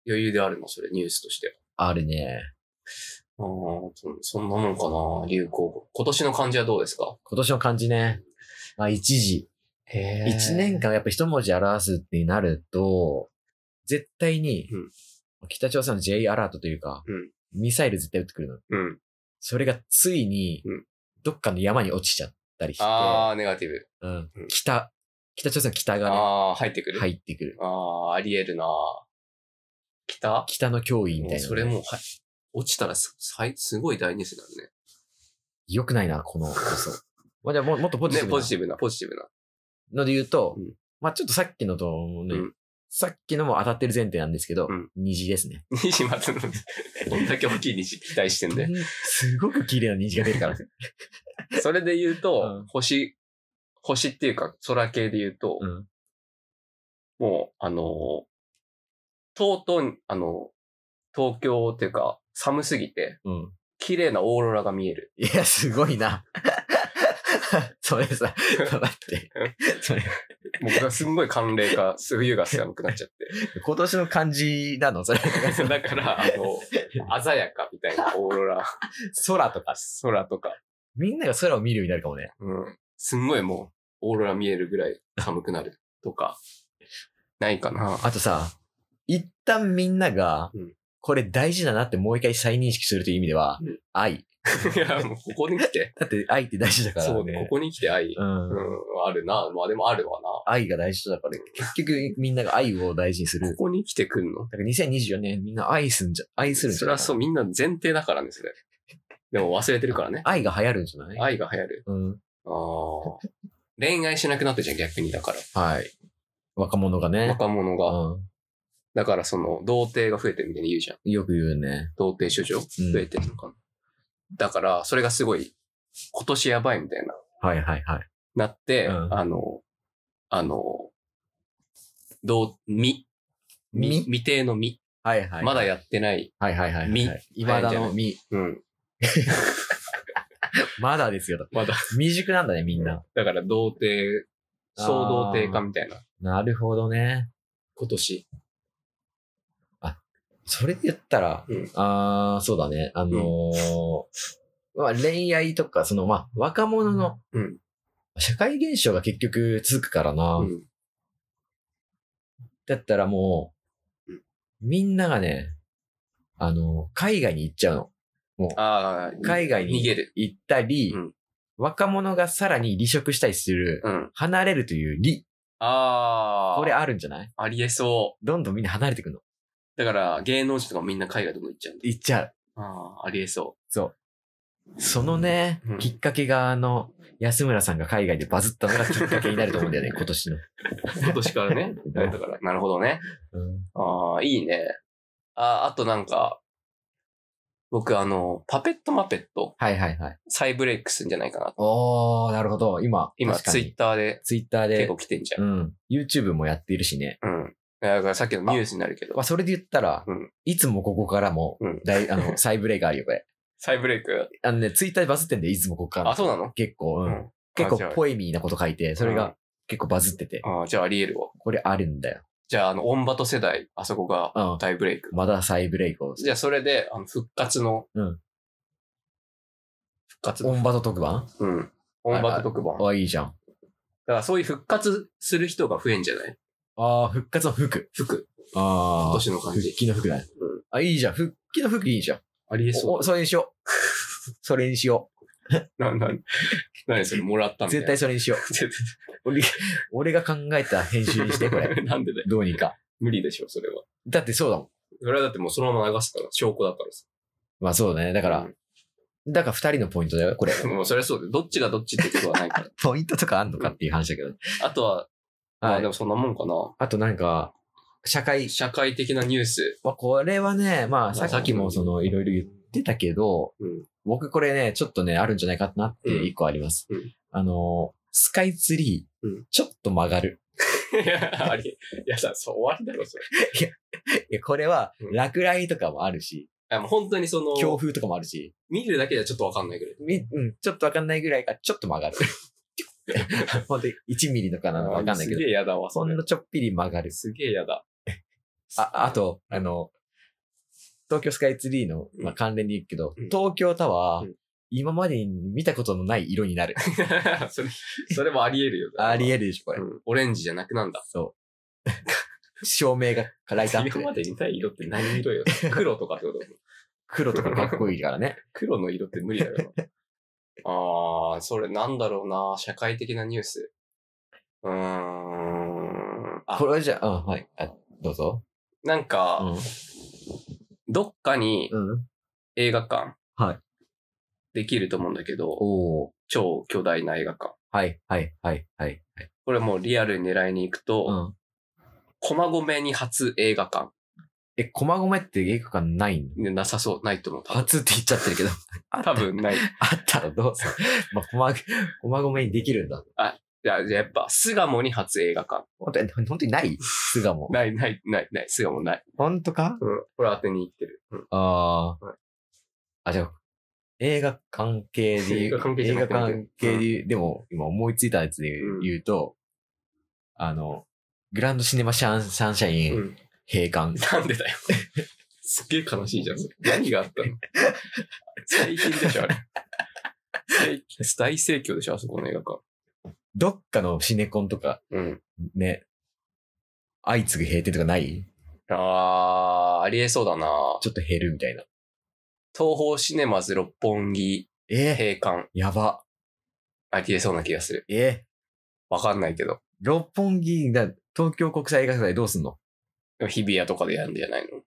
A: 余裕であるの、それ、ニュースとして
B: あるね。
A: は。あーそそんなもんかな、流行語。今年の漢字はどうですか
B: 今年の漢字ね。まあ、一時。
A: へ
B: 一年。間やっぱ一文字表すってなると、絶対に
A: うん、
B: 北朝鮮の J アラートというか、
A: うん
B: ミサイル絶対撃ってくるの。
A: うん。
B: それがついに
A: うん、
B: どっかの山に落ちちゃったりして、
A: あー、ネガティブ。
B: うん
A: うん
B: 北、北朝鮮の北がね、
A: あー、入ってくる。
B: 入ってくる。
A: あー、あり得るな。北
B: 北の脅威みたいな。
A: それもう、はい。落ちたらす最すごい大ニュースだね。
B: 良くないな、この放送。 まあ、じゃあももっとポジティ
A: ね、
B: ブ
A: ポ
B: な。
A: ジティブな、ポジティブな。
B: ので言うと、
A: うん
B: まあちょっとさっきのと思うね、
A: うん
B: さっきのも当たってる前提なんですけど、
A: うん
B: 虹ですね。
A: 虹松の、こんだけ大きい虹期待してんで。
B: うんすごく綺麗な虹が出るから。
A: それで言うと、
B: うん
A: 星、星っていうか、空系で言うと、
B: うん
A: もう、あのーとうとう、あの東京っていうか、寒すぎて、
B: うん。
A: 綺麗なオーロラが見える。
B: いや、すごいな。 それさ、ちょっと待って。それ、
A: 僕がすんごい寒冷化、冬が寒くなっちゃ っ
B: 今年の漢字なのそれ。
A: て。だから、あの、鮮やかみたいなオーロ ラ、
B: 空とか。
A: 空とか、
B: みんなが空を見るようになるかもね。
A: うん。すんごいもう、オーロラ見えるぐらい寒くなるとか、ないかな。
B: あとさ、一旦みんなが
A: うん、
B: これ大事だなってもう一回再認識するという意味では、
A: うん
B: 愛。
A: いや、もうここに来 て、
B: だって愛って大事だからね。
A: そうね、ここに来て愛、
B: うん
A: うん、あるな。まあでもあるわな。
B: 愛が大事だから、結局みんなが愛を大事にする。
A: ここに来てくんの
B: だから2024年みんな愛すんじゃ、愛するんじ
A: それ
B: ゃない。
A: はそうう、みんな前提だからね、それ。でも忘れてるからね。
B: 愛が流行るんじゃない
A: 愛が流行る。
B: うん。
A: あー恋愛しなくなってじゃん、逆にだか
B: はい。若者が
A: ら。
B: ね。
A: 若者が。
B: う
A: だからその、童貞が増えてるみたいに言うじゃん。
B: ん。よく言うね。
A: 童貞処女
B: うん
A: 増えてるのかな。だから、それがすごい、今年やばいみたいな、
B: はいはいはい。
A: なって、
B: うん
A: あの、あの、童、未。
B: 未
A: 未未定の未。
B: はいはい。
A: まだやってない。
B: はいはいはいはい。
A: み
B: 今だのみ。
A: うん。
B: まだですよ。
A: まだ。
B: 未熟なんだね、みんな。
A: だから、童貞、総童貞化みたいな。
B: なるほどね。
A: 今年。
B: それで言ったら、
A: うん
B: あー、そうだね。あのーまあ恋愛とか、その、まあ、若者の、
A: うん
B: 社会現象が結局続くからな。
A: うん。
B: だったらもう
A: うん、
B: みんながね、あの、海外に行っちゃうの。
A: ああ、
B: 海外
A: 逃げ
B: に
A: る。
B: 行ったり、
A: うん
B: 若者がさらに離職したりする、
A: うん。
B: 離れるという離、
A: ああ。
B: これあるんじゃない
A: ありえそ
B: どんどんみんな離れてくの。
A: う。だから、芸能人とかもみんな海外とか行っちゃうんだ。
B: 行っちゃう。
A: ああ、ありえそ
B: そのね、
A: うん
B: きっかけがあの、安村さんが海外でバズったのがきっかけになると思うんだよ ね、今年の。
A: う。今年から ね。だから、なるほどね。ああ、いいね。ああ、あとなんか、僕あの、パペットマペット、
B: はいはいはい。
A: 再ブレイクするんじゃないかな。
B: おー、なるほど。今、
A: 今、
B: 確か
A: ツイ
B: に
A: ッターで
B: ツイッター
A: 結
B: で
A: 構、来てんじゃ。
B: うんん、YouTube もやっているしね。
A: うん。だからさっきのニュースになるけど
B: まあ、。それで言ったら、
A: うん
B: いつもここからも
A: うん
B: 大、あの、再ブレイクあるよ、これ。
A: 再ブレイク
B: あのね、ツイッターでバズってんで、いつもここから。
A: あ、そうなの
B: 結構、うん
A: うん
B: 結
A: あじゃあ
B: 構ポエミーなこと書いて、それ
A: うん
B: が結構バズってて、
A: ああ、じゃあありえるわ。
B: これあるんだよ。
A: じゃあ、あの、オンバト世代、あそこが
B: うん。
A: 大ブレイク。
B: まだ再ブレイクを。
A: じゃあ、それで、あの、復活の、
B: うん
A: 復活
B: オンバト特番
A: うん。オンバト特番。だか
B: あ、いいじゃん。
A: らそういう復活する人が増えんじゃない
B: ああ、復活の服。
A: 服。
B: ああ。
A: 今年の感じ
B: 復帰の服だね。
A: うん
B: あ、いいじゃん。復帰の服いいじゃん。
A: ありえ
B: お
A: そ
B: おそれにしよう。 それにしよ
A: う。な、な、何それもらった
B: う。
A: みたい
B: 絶
A: な。
B: 対それ にしよう。
A: 絶
B: 俺、俺が考えた編集にして、これ。
A: 対。なんでだよ。
B: どうにか。
A: 無理でしょ、それは。
B: だってそうだもん。
A: それはだってもうそのまま流すから、証拠だからさ。
B: まあそうね。だ
A: だ
B: から、だから二人のポイントだよ、これ。
A: もうそれはそうで、どっちがどっちってことはない から。
B: ポイントとかあんのかっていう話だけど。
A: あとは、ま
B: は
A: あで
B: い。
A: もそんなもんかな。
B: あとなんか、社会、
A: 社会的なニュース。
B: まあこれはね、
A: ま
B: まあ
A: あ
B: さっきもそのいろいろ言ってたけど、
A: うん。
B: 僕これね、ちょっとね、あるんじゃないかなって一個あります。
A: うん
B: あの、スカイツリー、
A: うん
B: ちょっと曲がる。
A: い や、あり、いやさ、そう終わりだろ、それ。
B: いやこれは
A: うん
B: 落雷とかもあるし、
A: いやもう本当にそ
B: 強
A: の、
B: 風とかもあるし、
A: 見るだけではちょっとわかんないぐらい。
B: みうん、ちょっとわかんないぐらいからちょっと 曲がる。本当に1ミリのかなのかわかんないけ
A: す
B: ど
A: げ、え嫌だわ、
B: ほ
A: そ
B: んの
A: れ。
B: ちょっぴり曲がる。
A: すげえ嫌だ。
B: あ、あと、あの、東京スカイツリーの、まあ、
A: うん
B: 関連で言うけど、
A: うん
B: 東京タワー、
A: うん
B: 今までに見たことのない色になる。
A: それ、それもあり得るよ。
B: あり得るでしょ、これ。
A: うんオレンジじゃなくなんだ。
B: そう。 照明がライトアップ
A: 今
B: で
A: ま。で見たい色って何色よ。黒とかってこと
B: 黒とかかっこいいからね。
A: 黒の色って無理だよな。 ああ、それなんだろうな。社会的なニュース。うーん。あ
B: こ、れはじゃあ、うん、はい。あどうぞ。
A: なんか、どっかに
B: うん。うん。
A: 映画館。
B: はい
A: できると思うんだけど、
B: おー。
A: 超巨大な映画館。
B: はい、はい、はい、はい。はい
A: これもうリアルに狙いに行くと、
B: うん。
A: 駒込に初映画館。
B: え、駒込って映画館ないの
A: ねなさそう。ないと思う。多分
B: 初って言っちゃってるけど。
A: 多分 ない。い
B: あったらどうす るまあ、駒込、駒込にできるんだ。
A: や、じゃあやっぱ、巣鴨に初映画館。
B: 本当に、本当にない巣鴨。
A: ない、ない、ない、ない。巣鴨ない。
B: 本当か
A: うん。これ当てに行ってる。うん。
B: ああ、
A: はい
B: あ、じゃあ、映画関係で言 う、
A: 映画関係じ
B: 映
A: ゃなく
B: 画
A: ても
B: 関係で言う、でも今思いついたやつで言う
A: うん
B: 言うと、あの、グランドシネマシャンサンシャイ
A: う
B: ン
A: ん
B: 閉館。
A: なんでだよ。すっげえ悲しいじゃん。それ何があったの最近でしょ、あれ。最近大盛況でしょ、あそこの映画館。
B: どっかのシネコンとか
A: うん。
B: ね、相次ぐ閉店とかない
A: あー、ありえそうだな
B: ちょっと減るみたいな。
A: 東宝シネマズ六本木
B: えー
A: 閉館。
B: やば。
A: ありえそうな気がする。
B: え
A: わかんないけど。
B: ー六本木だ、東京国際映画祭どうすんの
A: でも日比谷とかでやるんじゃないの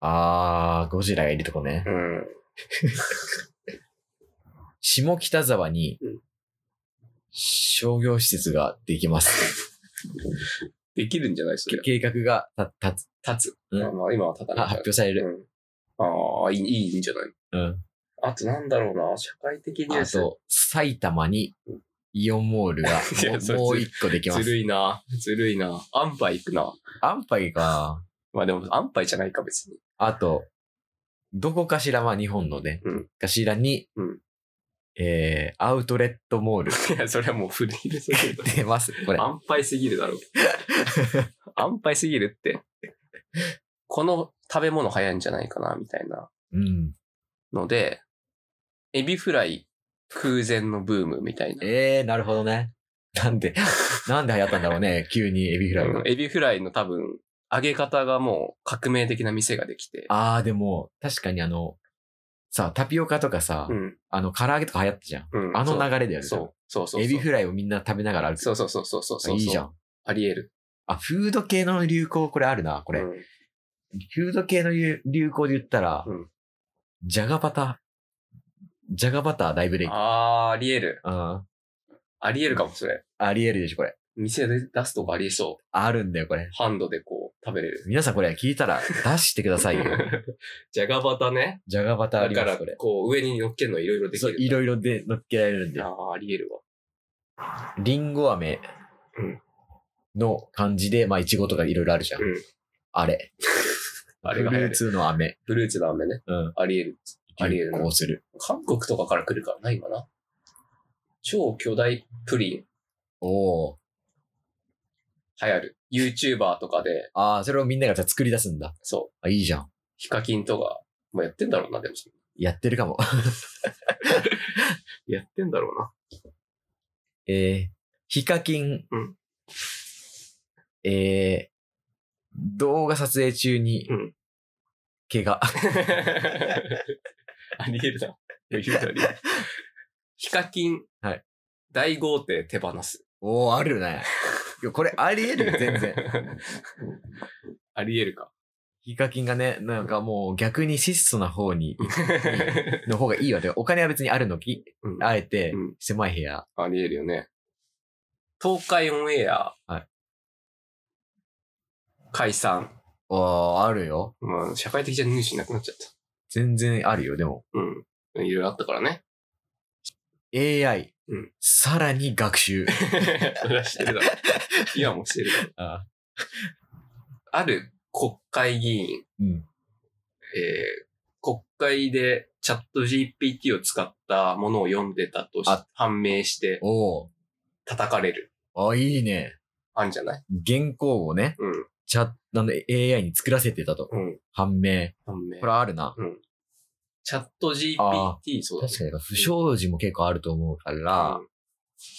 B: あー、ゴジラがいるとこね。
A: うん。
B: 下北沢に
A: うん、
B: 商業施設ができます。
A: できるんじゃないそれ。
B: 計画が立立つ、
A: 立つ。
B: うん
A: まあまあ今は立た
B: あ
A: ないか
B: 発
A: ら。
B: 表される。
A: うん、ああ、いい、いいんじゃない
B: うん。
A: あとなんだろうな、社会的ニュー
B: あ
A: ス。
B: と、埼玉にイオンモールが
A: いや
B: も
A: そうれ
B: もう一個できま
A: ず
B: す。
A: るいな、ずるいな。アンパイ行くな。
B: 安牌か。
A: まあでも、アンパイじゃないか、別に。
B: あと、どこかしら、まあ日本のね、
A: うん
B: かしらに、
A: うん
B: えー、アウトレットモール
A: いや、それはもう古いですけど。
B: 出ます。これ。
A: 安牌すぎるだろ。安牌すぎるって。この食べ物流行んじゃないかな、みたいな
B: うん。
A: ので、エビフライ空前のブームみたいな。
B: えー、なるほどね。な んで、なんで流行ったんだろうね、急にエビフライが
A: うん。エビフライの多分、揚げ方がもう革命的な店ができて。
B: あー、でも、確かにあの、さ、タピオカとかさ、
A: うん。
B: あの、唐揚げとか流行ったじゃん。
A: うん。
B: あの
A: そう
B: 流れだよね。
A: そうそうそうそう。
B: エビフライをみんな食べながら歩く。
A: そうそうそうそうそうそう。
B: いいじゃん。
A: あり得る。
B: あ、フード系の流行、これあるな、これ。
A: うん
B: フード系の流流行で言ったら、
A: うん
B: ジャガバター。ジャガバター大ブレイク。
A: あー、あり得る。
B: あ
A: あり得るかも、それ。
B: ありえるでしょ、これ。
A: 店で出すとかありそう。
B: あるんだよ、これ。
A: ハンドでこう、食べれる。
B: 皆さんこれ聞いたら出してくださいよ。
A: じゃがバタね。
B: ジャガバターあ
A: だ
B: り
A: か
B: ます、
A: ら
B: これ、。
A: こう、上に乗っけるのいろいろでき
B: そう
A: る。
B: いろいろで乗っけられるんで
A: あ。あ、あり得るわ。
B: リンゴ飴
A: うん
B: の感じで、まあ、いちごとかいろいろあるじゃん。
A: うん
B: あれ。
A: あ
B: フ
A: れが流行
B: ル
A: る
B: ーツの飴。
A: フルーツの飴ね。
B: うん。
A: あり得る。あり得
B: こ
A: る
B: う。する。
A: 韓国とかから来るからな、今な。超巨大プリ
B: おお。
A: ン、流行る。YouTuber とかで、
B: ああ、それをみんながさ作り出すんだ。
A: そう、
B: あ、いいじゃん。
A: ヒカキンとか、もうやってんだろうな、でも。
B: やってるかも。
A: やってんだろうな。
B: えー、ヒカキン。
A: うん
B: えー、動画撮影中に
A: うん、
B: 怪 我。
A: あり 得るな。言うとり。 ヒカキン、
B: はい
A: 大豪邸手放す。
B: おおあ るね。いやこれありえるよ、全然。。
A: あり得るか。
B: ヒカキンがね、なんかもう逆に質素な方に、の方がいいわ。てかお金は別にあるのき、
A: うん
B: あえて
A: うん、
B: 狭い部屋。
A: ありえるよね。東海オンエア、
B: はい
A: 解散。
B: ああ、あるよ。
A: まあ、社会的じゃ主なくなっちゃっ
B: 全然あるよ、でも。
A: た。うん。いろいろあったから ね。
B: AI、
A: うん
B: さらに学 習。
A: それはしてるだろ。今もしてるだろ。
B: あ
A: ある国会議員、
B: うん。
A: えー国会でチャット GPT を使ったものを読んでたとし
B: あ
A: 判明して
B: お
A: 叩かれる。
B: お。あ、いいね。
A: あんじゃない
B: 原稿をね、
A: うん。
B: チャなんだ AI に作らせてたと。
A: うん。
B: 判明。
A: 判明
B: これあるな。
A: チャット
B: あ
A: GPT、そうだね
B: 確かに、不祥事も結構あると思うから、
A: うん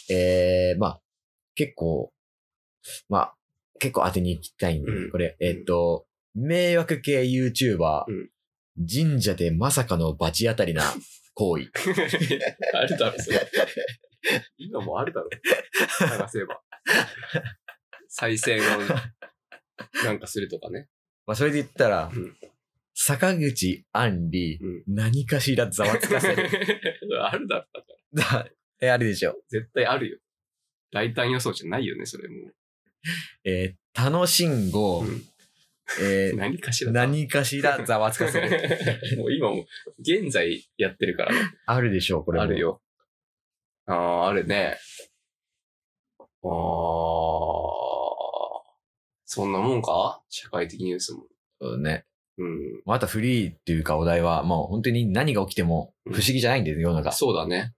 B: ええまあ、結構、まあ、結構当てに行きたいんで、
A: うん
B: これ、えっと、迷惑系 YouTuber、
A: うん
B: 神社でまさかの罰当 たりな行為。
A: あるだろ、それ。今もあるだろ。探せば。再生をなんかするとかね。
B: まあ、それで言ったら、
A: うん
B: 坂口杏里、
A: うん
B: 何かしらざわつか せる。
A: あるだろ、だから
B: だえ、あれでしょ。
A: 絶対あるよ。大胆予想じゃないよね、それも
B: えー、楽しんご、
A: う。うん
B: え ー
A: 何かしら。
B: 何かしらざわつかせる。
A: もう今も、現在やってるからね、
B: あるでしょう、これも
A: ある。よ。ああ、あるね。ああ、そんなもんか社会的ニュースも。
B: そうね。
A: うん。
B: またフリーっていうかお題は、もう本当に何が起きても不思議じゃないんですよ、世の中。
A: そうだね。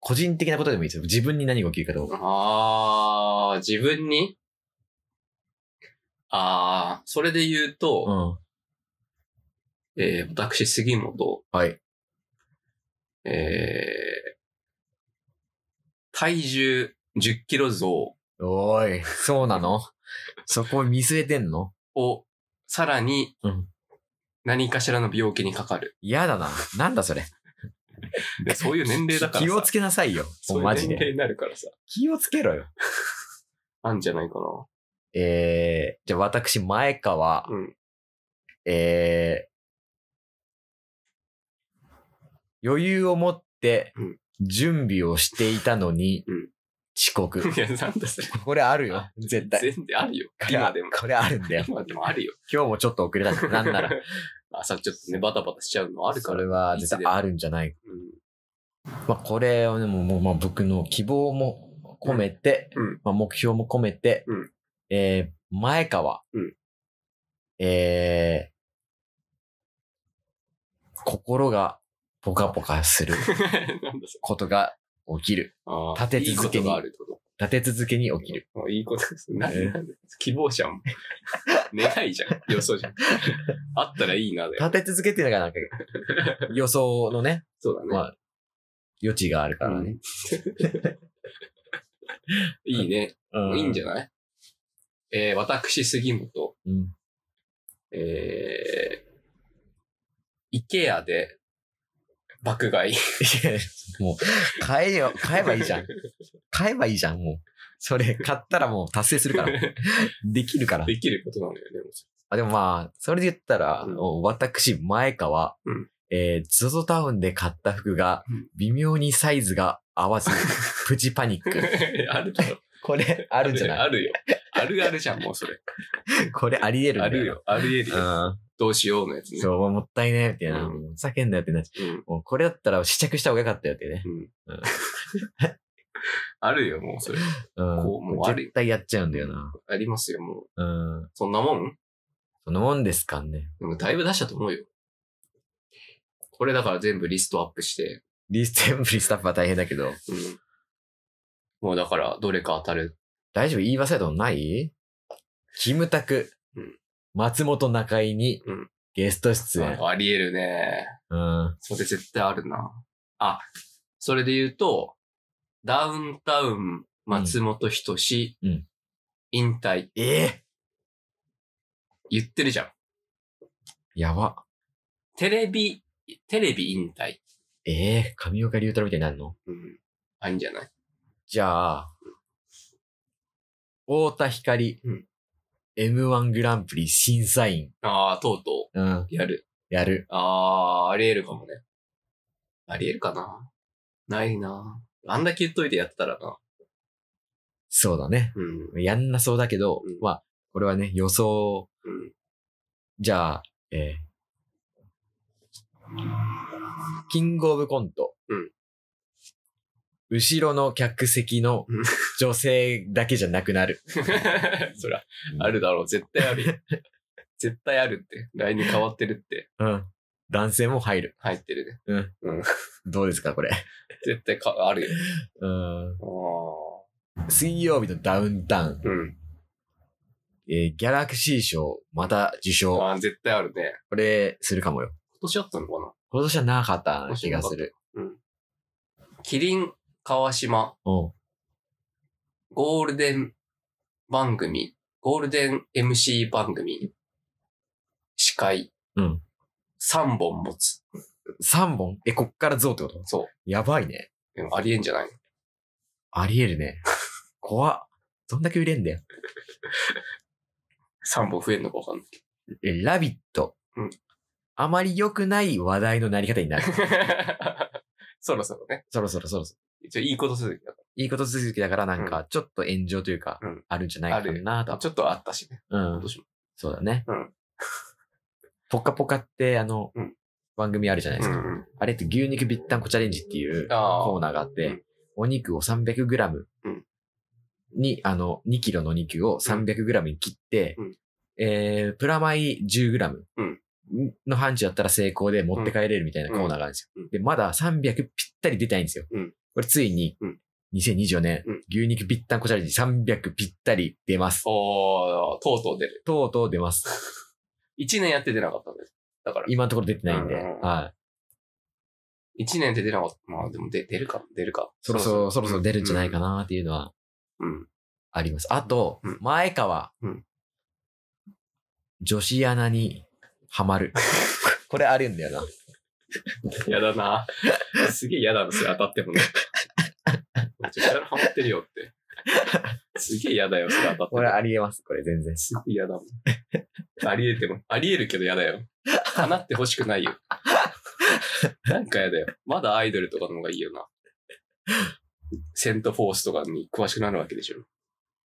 B: 個人的なことでもいいですよ。自分に何が起きるかどうか。
A: あー、自分にあー、それで言うと、
B: ん。
A: えー私、杉本、
B: はい。
A: えー体重10キロ増
B: おーい、そうなのそこを見据えてんの
A: を、さらに
B: うん、
A: 何かしらの病気にかかる。
B: 嫌だな。なんだそれ。
A: でそういう 年齢だからさ。
B: 気をつけなさいよ。
A: そ
B: も
A: う
B: う
A: いう
B: マ
A: 年
B: ジで。
A: 齢になるからさ。
B: 気をつけろよ。
A: あんじゃないかな。
B: えー、じゃあ私、前川、
A: うん。
B: えー、余裕を持って
A: うん
B: 準備をしていたのに
A: うん、
B: 遅 刻。
A: いや、なんだそれ。
B: これあるよ。絶対。
A: 全然あるよ。
B: これ
A: 今
B: は
A: でも。
B: これあるん だよ。
A: 今でもあるよ。
B: 今日もちょっと遅れたし、なん なら。。
A: 朝ちょっとね、バタバタしちゃうのあるか
B: そ
A: ら。
B: れは絶対あるんじゃない
A: うん
B: まあ、これをでも、もうまあ、僕の希望も込めて、
A: うん
B: まあ、目標も込めて、
A: うん
B: えー前川、
A: うん
B: えー心がポカポカする
A: なんだそ
B: ことが起きる。
A: れ。
B: 立て続けに
A: いいことがあるってこ
B: 立て続けに起きる。
A: と。あいいことです。な
B: えー
A: なんで希望者も。 願いじゃん。予想じゃん。あったらいいなだよ。
B: 立て続けっていうのが なんか、予想のね、
A: そうだね。
B: まあ余地があるからね。
A: いいね。
B: う
A: いいんじ
B: ゃ
A: ゃないえー、私、杉本。
B: うん。
A: えー、イケアで爆買い。
B: いやもう、買えよ、買えばいいじゃん。買えばいいじゃん、もう。それ、買ったらもう達成する から。できるから。
A: できることなのよね。もう
B: あでもまあ、それで言ったら、
A: うん
B: 私、前川、
A: うん
B: えー、ゾゾタウンで買った服が
A: うん、
B: 微妙にサイズが合 わず、プチパニック。
A: あるだろ。
B: これ、あるんじゃな
A: あ
B: い
A: るよ。あるあるじゃん、もうそれ。
B: これ、あり得るんだ
A: あるよ。ありえる
B: う
A: よ。
B: ん。
A: どうしようのやつね。
B: そう、もったいない、みたいな。
A: うん
B: もうふざけんなよってなっちゃ
A: うん
B: う。もう、これだったら試着した方が良かったよってね。
A: う
B: うんん。
A: あるよ、もうそれ。
B: うん。
A: こうもうあるよ
B: 絶対やっちゃうんだよな。
A: ありますよ、もう。
B: うん。
A: そんなもん
B: そのもんですかね。
A: でもだいぶ出したと思うよ。これだから全部リストアップして、
B: リステンブリスタッフは大変だけど、
A: うんもうだから、どれか当たる。
B: 大丈夫言い忘れたことないキムタク、
A: うん
B: 松本中井に
A: うん
B: ゲスト出演。
A: ありえるね。
B: うん。
A: それ絶対あるな。あ、それで言うと、ダウンタウン、松本人志、
B: うん
A: 引退、
B: ええ
A: 言ってるじゃん。
B: やば。
A: テレビ、テレビ引退。
B: ええ神岡龍太郎みたいになるの
A: うん。あ、いいんじゃない
B: じゃあ、太田光、
A: うん
B: M1 グランプリ審査員。
A: ああ、とうと
B: うん。
A: う、やる。
B: やる。
A: ああ、あり得るかもね。あり得るかなないな。あんだけ言っといてやってたらな。
B: そうだね。
A: うん。
B: やんなそうだけど、
A: うん
B: まあ、これはね、予想、
A: うん。
B: じゃあ、えーキングオブコント。
A: うん
B: 後ろの客席の
A: うん
B: 女性だけじゃなくなる。
A: そりゃ、あるだろう。絶対あるよ。絶対あるって。LINE に変わってるって。
B: うん。男性も入る。
A: 入ってるね。
B: うん。
A: うん
B: どうですか、これ。
A: 絶対か、あるよ。
B: うん。
A: あ
B: 水曜日のダウンタウン、
A: あ。うん。
B: えーギャラクシー賞、また受賞。
A: ああ、絶対あるね。
B: これ、するかもよ。
A: 今年あったのか
B: 今年はなかった気がする。
A: なキリン、川島、
B: うん。
A: ゴールデン番組、ゴールデン MC 番組、司会、
B: うん。
A: 3本持つ。
B: 3本え、こっから増ってこと
A: そ
B: やばいね。
A: う。でもありえんじゃない
B: ありえ るね。怖っ。どんだけ売れんだよ。
A: ?3 本増えるのかわかんないけ
B: えラビット。
A: うん
B: あまり良くない話題のなり方に なる。
A: ど。 そろそろね。
B: そろそろそろそろ。
A: 一応いいこと続きだか
B: いいこと続きだからなんか、ちょっと炎上というか
A: うん、
B: あるんじゃないかなと
A: ら。
B: は。
A: ちょっとあったしね。
B: う
A: 今
B: ん。
A: 年も。
B: そうだね。
A: うん
B: ポカポカって、あの
A: うん、
B: 番組あるじゃないで
A: う
B: すか。
A: んうん。
B: あれって牛肉ぴったんこチャレンジっていう
A: あ
B: コー
A: あ。
B: ナーがあっ
A: う
B: て
A: ん、
B: お肉を 300g
A: うん
B: に、あの、2キロの肉を 300g に切って、
A: うん
B: えー、プラマイ 10g
A: うん
B: の範疇だったら成功で持って帰れるみたいなコーナーがあるんです
A: うん
B: よ。で、まだ300ぴったり出たいんですよ。
A: うん
B: これついに
A: うん、
B: 2024年
A: うん、
B: 牛肉ぴったんこチャレンジ300ぴったり出ます。
A: おー、とうとう出る。
B: とうとう出ます。
A: 1年やって出なかったんです。だから、
B: 今のところ出てないんで、
A: うん
B: はい。
A: 1年で出なかった。まあでも出出るか、出るか。
B: そろそろ、そろそろ出るんじゃないかなっていうのは
A: うん。
B: あります。あと、
A: うん
B: 前川、
A: うん
B: 女子アナにハ マる。これあるんだよな。
A: 嫌だな。 すげえ嫌だな、それ当たって もね。めっちゃ力ハマってるよって。すげえ嫌だよ、それ当たって
B: こ
A: も
B: れ。ありえます。これ全然。
A: すご い嫌だもん。ありえても、ありえるけど嫌だよ。叶ってほしくないよ。なんか嫌だよ。まだアイドルとかの方がいいよな。セントフォースとかに詳しくなるわけでしょ。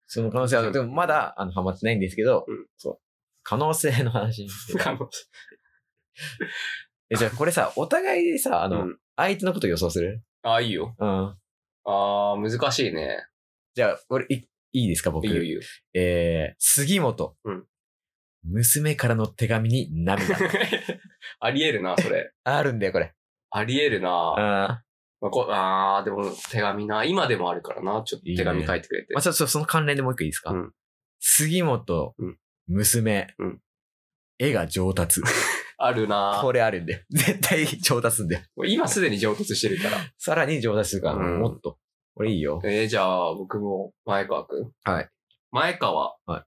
B: その可能性は、でもまだあのハマってないんですけど、
A: うん
B: そう。可能性の話にして。
A: あの
B: え、じゃあこれさ、お互いさ、あの、
A: うん
B: 相手のこと予想する
A: ああ、いいよ。
B: うん。
A: ああ、難しいね。
B: じゃあ、俺、いいいですか、僕。
A: いいよ、いいよ。
B: えー、杉本。
A: うん
B: 娘からの手紙に 涙。
A: ありえるな、それ。
B: あるんだよ、これ。
A: ありえるな。
B: う
A: ま
B: ん。ま
A: あ、こあーでも手紙な。今でもあるからな。ちょっと手
B: いい
A: 紙
B: ね
A: 書いてくれて。
B: あ、ちょっとその関連でもう一個いいですか、
A: うん
B: 杉本、
A: うん
B: 娘、
A: うん
B: 絵が上達。
A: あるな。
B: これあるんで。絶対上達すんで。
A: もう今すでに上達してるから。
B: さらに上達するから、
A: うん
B: もっと。これいいよ。
A: えー、じゃあ、僕も、前川くん。
B: はい。
A: 前川。。
B: はい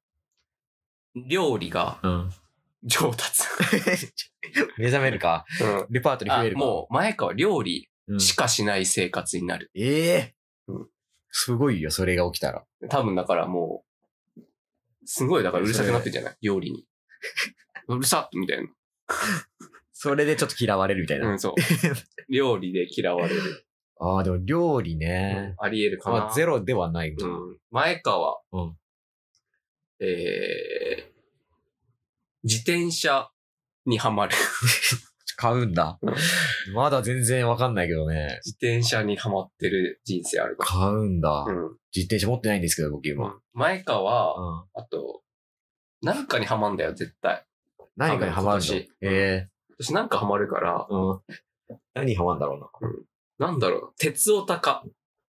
A: 料理が
B: うん。
A: 上達。
B: 目覚めるか。
A: うん。
B: レパートリー
A: あ
B: 増えるか。
A: もう、前川、料理
B: うん、
A: しかしない生活になる。
B: ええ
A: うん
B: すごいよ、それが起きたら。
A: 多分だからもう、すごい、だからうるさくなってんじゃない料理に。 うるさっみたいな。
B: それでちょっと嫌われるみたいな。
A: うん、そう。料理で嫌われる。
B: ああ、でも料理ね。
A: ありえるか
B: ま
A: な
B: あ、。ゼロではない。
A: うん。前川。
B: うん
A: えー、自転車にはまる。
B: 買うんだ
A: うん。
B: まだ全然わかんないけどね。
A: 自転車にはまってる人生あるか
B: 買うんだ。
A: ら。
B: 自転車持ってないんですけど、僕
A: う
B: 今。
A: ん。前川、
B: うん。
A: あと、なんかにはまんだよ、絶対。
B: 何かにハマる
A: 今
B: の
A: 年
B: ええ
A: 私なんかはまるから、
B: うん。何にハマるんだろうな。
A: なんだろう、鉄オタか。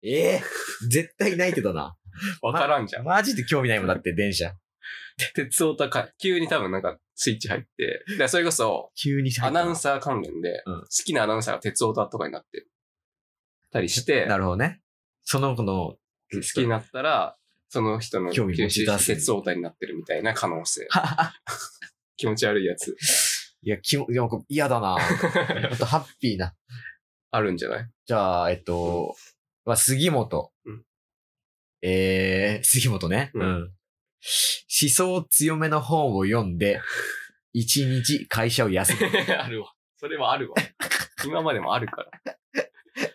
B: ええ絶対ないけどな。
A: わからんじゃん。
B: マジで興味ないもんだって、電車。
A: 鉄オタか。急に多分なんかスイッチ入って。だからそれこそ、
B: 急に
A: アナウン
B: ス。
A: サー関連で、
B: うん
A: 好きなアナウンサーが鉄オタとかになってたりして、
B: なるほどね。その子の、
A: 好きになったら、その人の
B: 興味持ち出す
A: 鉄オタになってるみたいな可能性。気持ち悪いや つ。
B: いや、きも、いやこ嫌だな。ちょっとハッピーな。
A: あるんじゃない
B: じゃあ、えっと、まあ、杉本。
A: うん
B: えー、杉本ね。
A: うん
B: うん思想強めの本を読ん で、一日会社を休む。
A: あるわ。それはあるわ。今までもある から。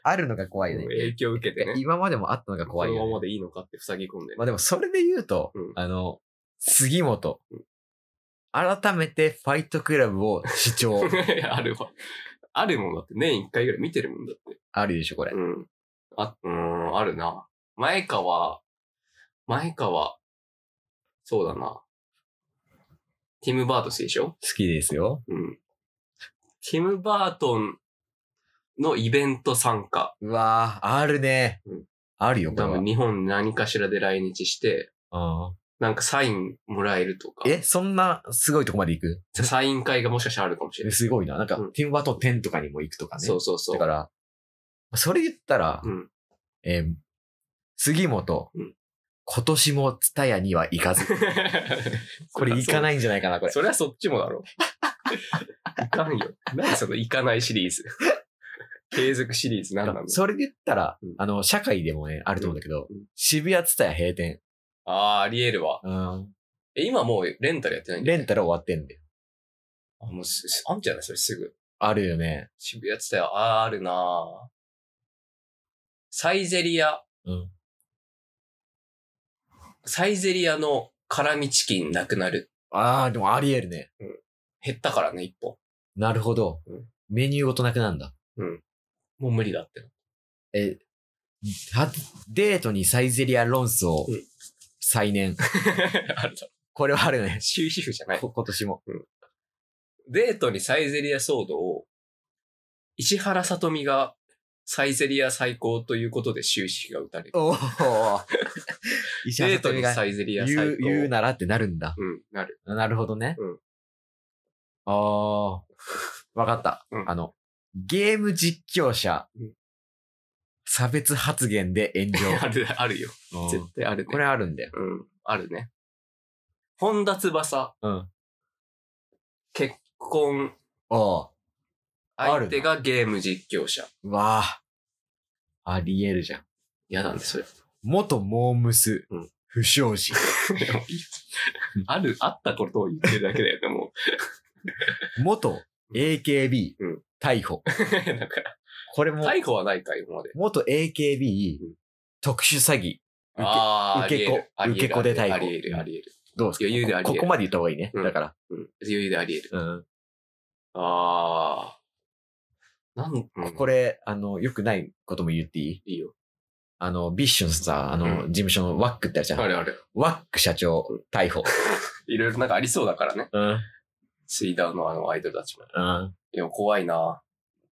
B: あるのが怖いよね。
A: 影響を受けてね。
B: 今までもあったのが怖い
A: このま
B: よ、
A: ま
B: ね。
A: でいいのかって塞ぎ込んで。
B: まあでもそれで言うと、
A: うん
B: あの、杉本
A: う。
B: 改めてファイトクラブを 視聴
A: いやあるわ。あるもんだって、年一回ぐらい見てるもんだって。
B: あるでしょ、これ。
A: うん。あ、うーん、あるな。前川、前川、そうだな。ティム・バートスでしょ
B: 好きですよ。
A: うん。ティム・バートンのイベント参加。
B: うわー、あるね。
A: うん
B: あるよ、これ
A: 多
B: は
A: 分日本に何かしらで来日して、
B: あ
A: なんかサインもらえるとか
B: ー。え、そんなすごいとこまで行 く
A: サイン会がもしかしたらあるかもしれ
B: え
A: ない。
B: すごいな。なんか、
A: うん
B: ティンバート10とかにも行くとかね。
A: そうそうそう。
B: だから、それ言ったら、
A: うん。
B: えー杉本、
A: うん
B: 今年もツタヤには行 かず。これ行か
A: い
B: ないんじゃないかな、これ。
A: それはそっちもだろ。いかんよ。何そのいかないシリーズ。 継続シリーズ何なんだ
B: それで言ったら、
A: うん
B: あの、社会でもね、あると思うんだけど、
A: うんうん
B: 渋谷ツタヤ閉店。
A: ああ、あり得るわ。
B: うん。
A: え、今もうレンタルやってないんだ
B: レ
A: よね
B: ンタル終わってんだよ。
A: あ、もうす、すあんじゃないそれすぐ。
B: あるよね。
A: 渋谷つったよ。ああ、あるなぁサイゼリア。
B: うん
A: サイゼリアの辛味チキンなくなる。
B: ああ、でもあり得るね。
A: 減ったからね、一本。
B: なるほど。
A: うん
B: メニューごとなくなんだ。
A: もう無理だ って。
B: え、はデートにサイゼリア論争
A: うん、
B: 再燃。
A: あるだろ
B: これはあるよね。
A: 終止符じゃない。
B: こ今年も。
A: デートにサイゼリア騒動を、石原さとみがサイゼリア最高ということで終止符が打たれる。
B: おお。 石原
A: デー
B: さと
A: ト
B: み
A: に
B: が
A: サイゼリア最
B: 言う
A: 高。
B: 言うならってなるんだ。
A: うん、なる。
B: なるほどね。
A: うん
B: ああ。わかった、
A: うん
B: あの、ゲーム実況者、
A: うん
B: 差別発言で炎
A: ある、あるよ。
B: 上。
A: 絶対あるね。
B: これあるんだよ。
A: うん、あるね。本田翼、
B: うん。
A: 結婚、
B: おうある
A: 相
B: な
A: 手がゲーム実況者。
B: うわあ。ありえるじゃん。
A: 嫌なんで、それ。
B: 元モームス、
A: うん
B: 不祥事。
A: ある、あったことを言ってるだけだよね、も
B: 元 AKB、
A: うん
B: 逮捕。
A: う。 だから、
B: これも、
A: 逮捕はないか、今まで。
B: 元 AKB
A: うん、
B: 特殊詐欺。受け
A: ああ、
B: 受け子
A: ありえるありえる
B: 受け子で逮捕
A: ありえる、ありえる。
B: どうですか
A: 余裕でありえ
B: こ
A: る
B: ここまで言った方がいいね。
A: うん
B: だから。
A: うん、余裕でありえる。
B: うん。
A: ああ。なん、うん
B: これ、あの、良くないことも言っていい
A: いいよ。
B: あの、ビッシュのさ、あの、
A: う
B: 事務所のワックってあるじゃ
A: あ
B: ん。
A: れあれ。
B: ワック社長、逮捕。
A: いろいろなんかありそうだからね。
B: うん。
A: スイダーのあのアイドルたちも。
B: うん。
A: いや、怖いな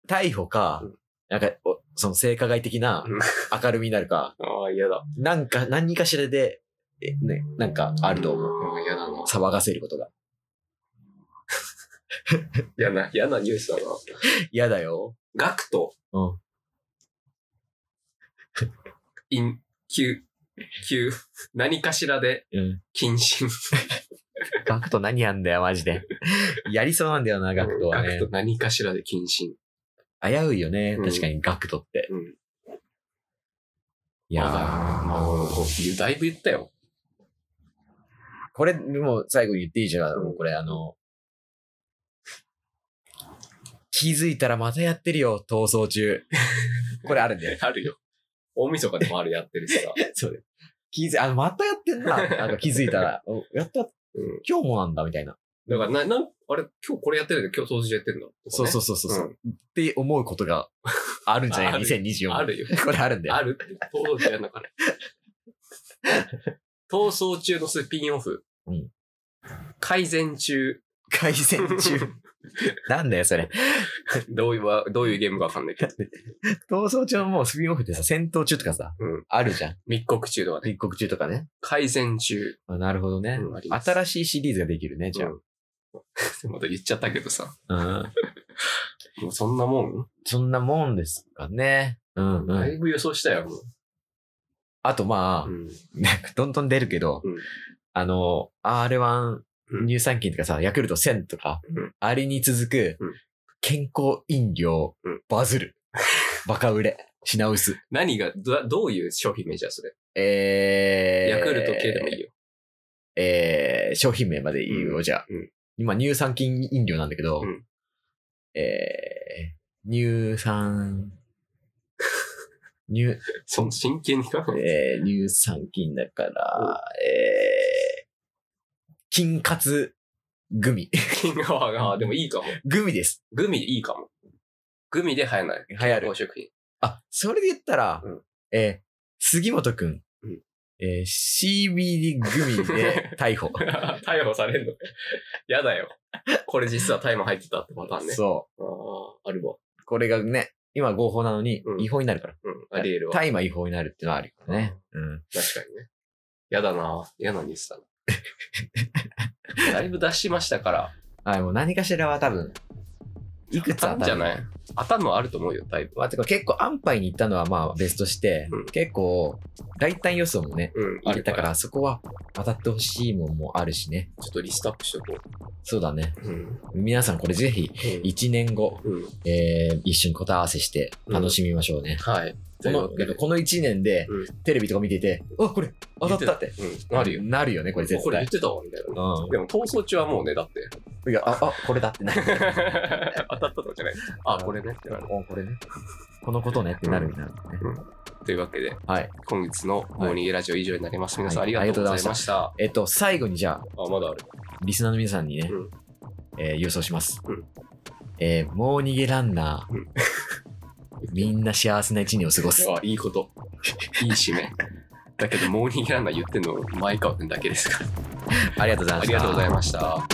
B: 逮捕か
A: うん、
B: なんか、おその性加害的な
A: うん
B: 明るみになるか、
A: ああ、嫌だ。
B: なんか、何かしらで、えね、なんかあると思う。
A: うん、嫌だな
B: 騒がせることが。
A: 嫌な、嫌なニュースだな
B: 嫌だよ。
A: ガクト、
B: うん。
A: イン、急、急、何かしらで、
B: うん。
A: 謹慎。
B: ガクト何やんだよ、マジで。 やりそうなんだよな、ガクトは
A: ガ
B: ね
A: ク。ト何かしらで謹慎。
B: 危ういよね、
A: うん
B: 確かにガクトって。
A: うん。
B: いやー
A: まあ俺こうだいぶ言ったよ。
B: これ、もう最後に言っていいじゃん。
A: うん
B: もうこれ、あの、気づいたらまたやってるよ、逃走中。 これあるんだよ。
A: あるよ。大晦日でもあるやってるしさ。
B: それ。気づい、あ、またやってんな。なんか気づいた ら、おやった、
A: うん。
B: 今日もなんだ、みたいな。
A: だから、な、な、あれ、今日これやってるけど、今日当時やってるんだ。
B: そうそううそうそう。
A: う
B: うんって思うこ とがあるんじゃない
A: ある
B: ?2024
A: あるよ。
B: これあるんだよ。
A: あるって、当時やんなかね。 逃走中のスピンオフ。
B: うん
A: 改善 中。
B: 改善中。 なんだよ、それ。
A: どういうわ、どういうゲームかわかんないけど。
B: 逃走中はもうスピンオフってさ、戦闘中とかさ、
A: うん
B: あるじゃん。
A: 密告中とかね。
B: 密告中とかね。
A: 改善中。
B: あなるほどね、
A: うんあります
B: 新しいシリーズができるね、じゃあ。
A: うんまた言っちゃったけどさ。
B: うん
A: もうそんなもん、
B: そんなもんですかね。うんう
A: だ
B: ん。
A: いぶ予想したよ、もう。
B: あとまあ、
A: うん
B: なん かどんどん出るけど、
A: うん
B: あの、R1
A: うん
B: 乳酸菌とかさ、ヤクルト1000とか、
A: うん
B: あれに続く
A: うん、
B: 健康飲料、
A: うん
B: バズ る、バカ売れ、品薄。
A: 何が、ど、どういう商品名じゃ、それ。
B: えー、
A: ヤクルト系でもいいよ。
B: えー商品名まで言うよ、
A: うん
B: じゃあ、
A: うん
B: 今、乳酸菌飲料なんだけど、
A: うん
B: えー乳 酸、乳、
A: その真剣に考えて。
B: えー乳酸菌だから、えー菌活グミ。
A: 金川が、でもいいかも。
B: グミです。
A: グミでいいかも。グミで流行ない。
B: 流行る
A: 健康食品。
B: あ、それで言ったら、
A: うん
B: えー杉本くん、
A: うん
B: えー CBD グミ で逮捕。
A: 逮捕されんの やだよ。これ実は大麻入ってたってパターンね。
B: そ
A: ああ、あるわ。
B: う。これがね、今合法なのに
A: う、ん
B: 違法になるから。
A: うん、あり得るわ。
B: 大麻違法になるってのはあるよね。うん。
A: 確かにね。やだな嫌なニュースだな。だいぶ出しましたから。
B: あ、でも何かしらは多分、いくつ
A: あ
B: 当
A: ん
B: た
A: じゃ
B: る
A: ない頭はあると思うよ、だいぶ。
B: まあ、てか結構安牌に行ったのはまあ別として、
A: うん
B: 結構大胆予想もね、
A: うん、あ
B: 入れ
A: る
B: た
A: か。
B: からら、そこは当たってほしいもんもあるしね。
A: ちょっとリストアップしとこ
B: そうだね。
A: う。うん。
B: 皆さんこれぜひ、1年後、
A: うん。
B: えー一緒に答え合わせして楽しみましょうね。
A: はい。という
B: こ
A: わ
B: の
A: けで
B: この1年で
A: う
B: テレビとか見てて、あ、これ当たったって。。
A: うん、あるよ。
B: なるよね、これ絶
A: これ言
B: 対
A: っ。てたわ、みたいな。
B: う
A: でも、逃走中はもうね、だ って。
B: ん。いや、あ、あ、これだって なる。
A: 当たったとかじゃない。あ、これねってなる。
B: おこれね。このことねってなるみたいなね。
A: というわけで、
B: はい。
A: 今月のモーニングラジオ以上になります。皆さんあ
B: はい
A: りがとうございました。
B: えっと、最後にじゃあ、
A: あ、まだある。
B: リスナーの皆さんにね、
A: うん
B: えー郵送します。
A: うん
B: えーもう逃げランナー、
A: うん
B: みんな幸せな一年を過ごす。
A: あ、いいこと。いい締め。だけど、モーニングランナー言ってんの、前川君だけですから。
B: ありがとうございま
A: あ
B: し
A: り
B: た。
A: がとうございました。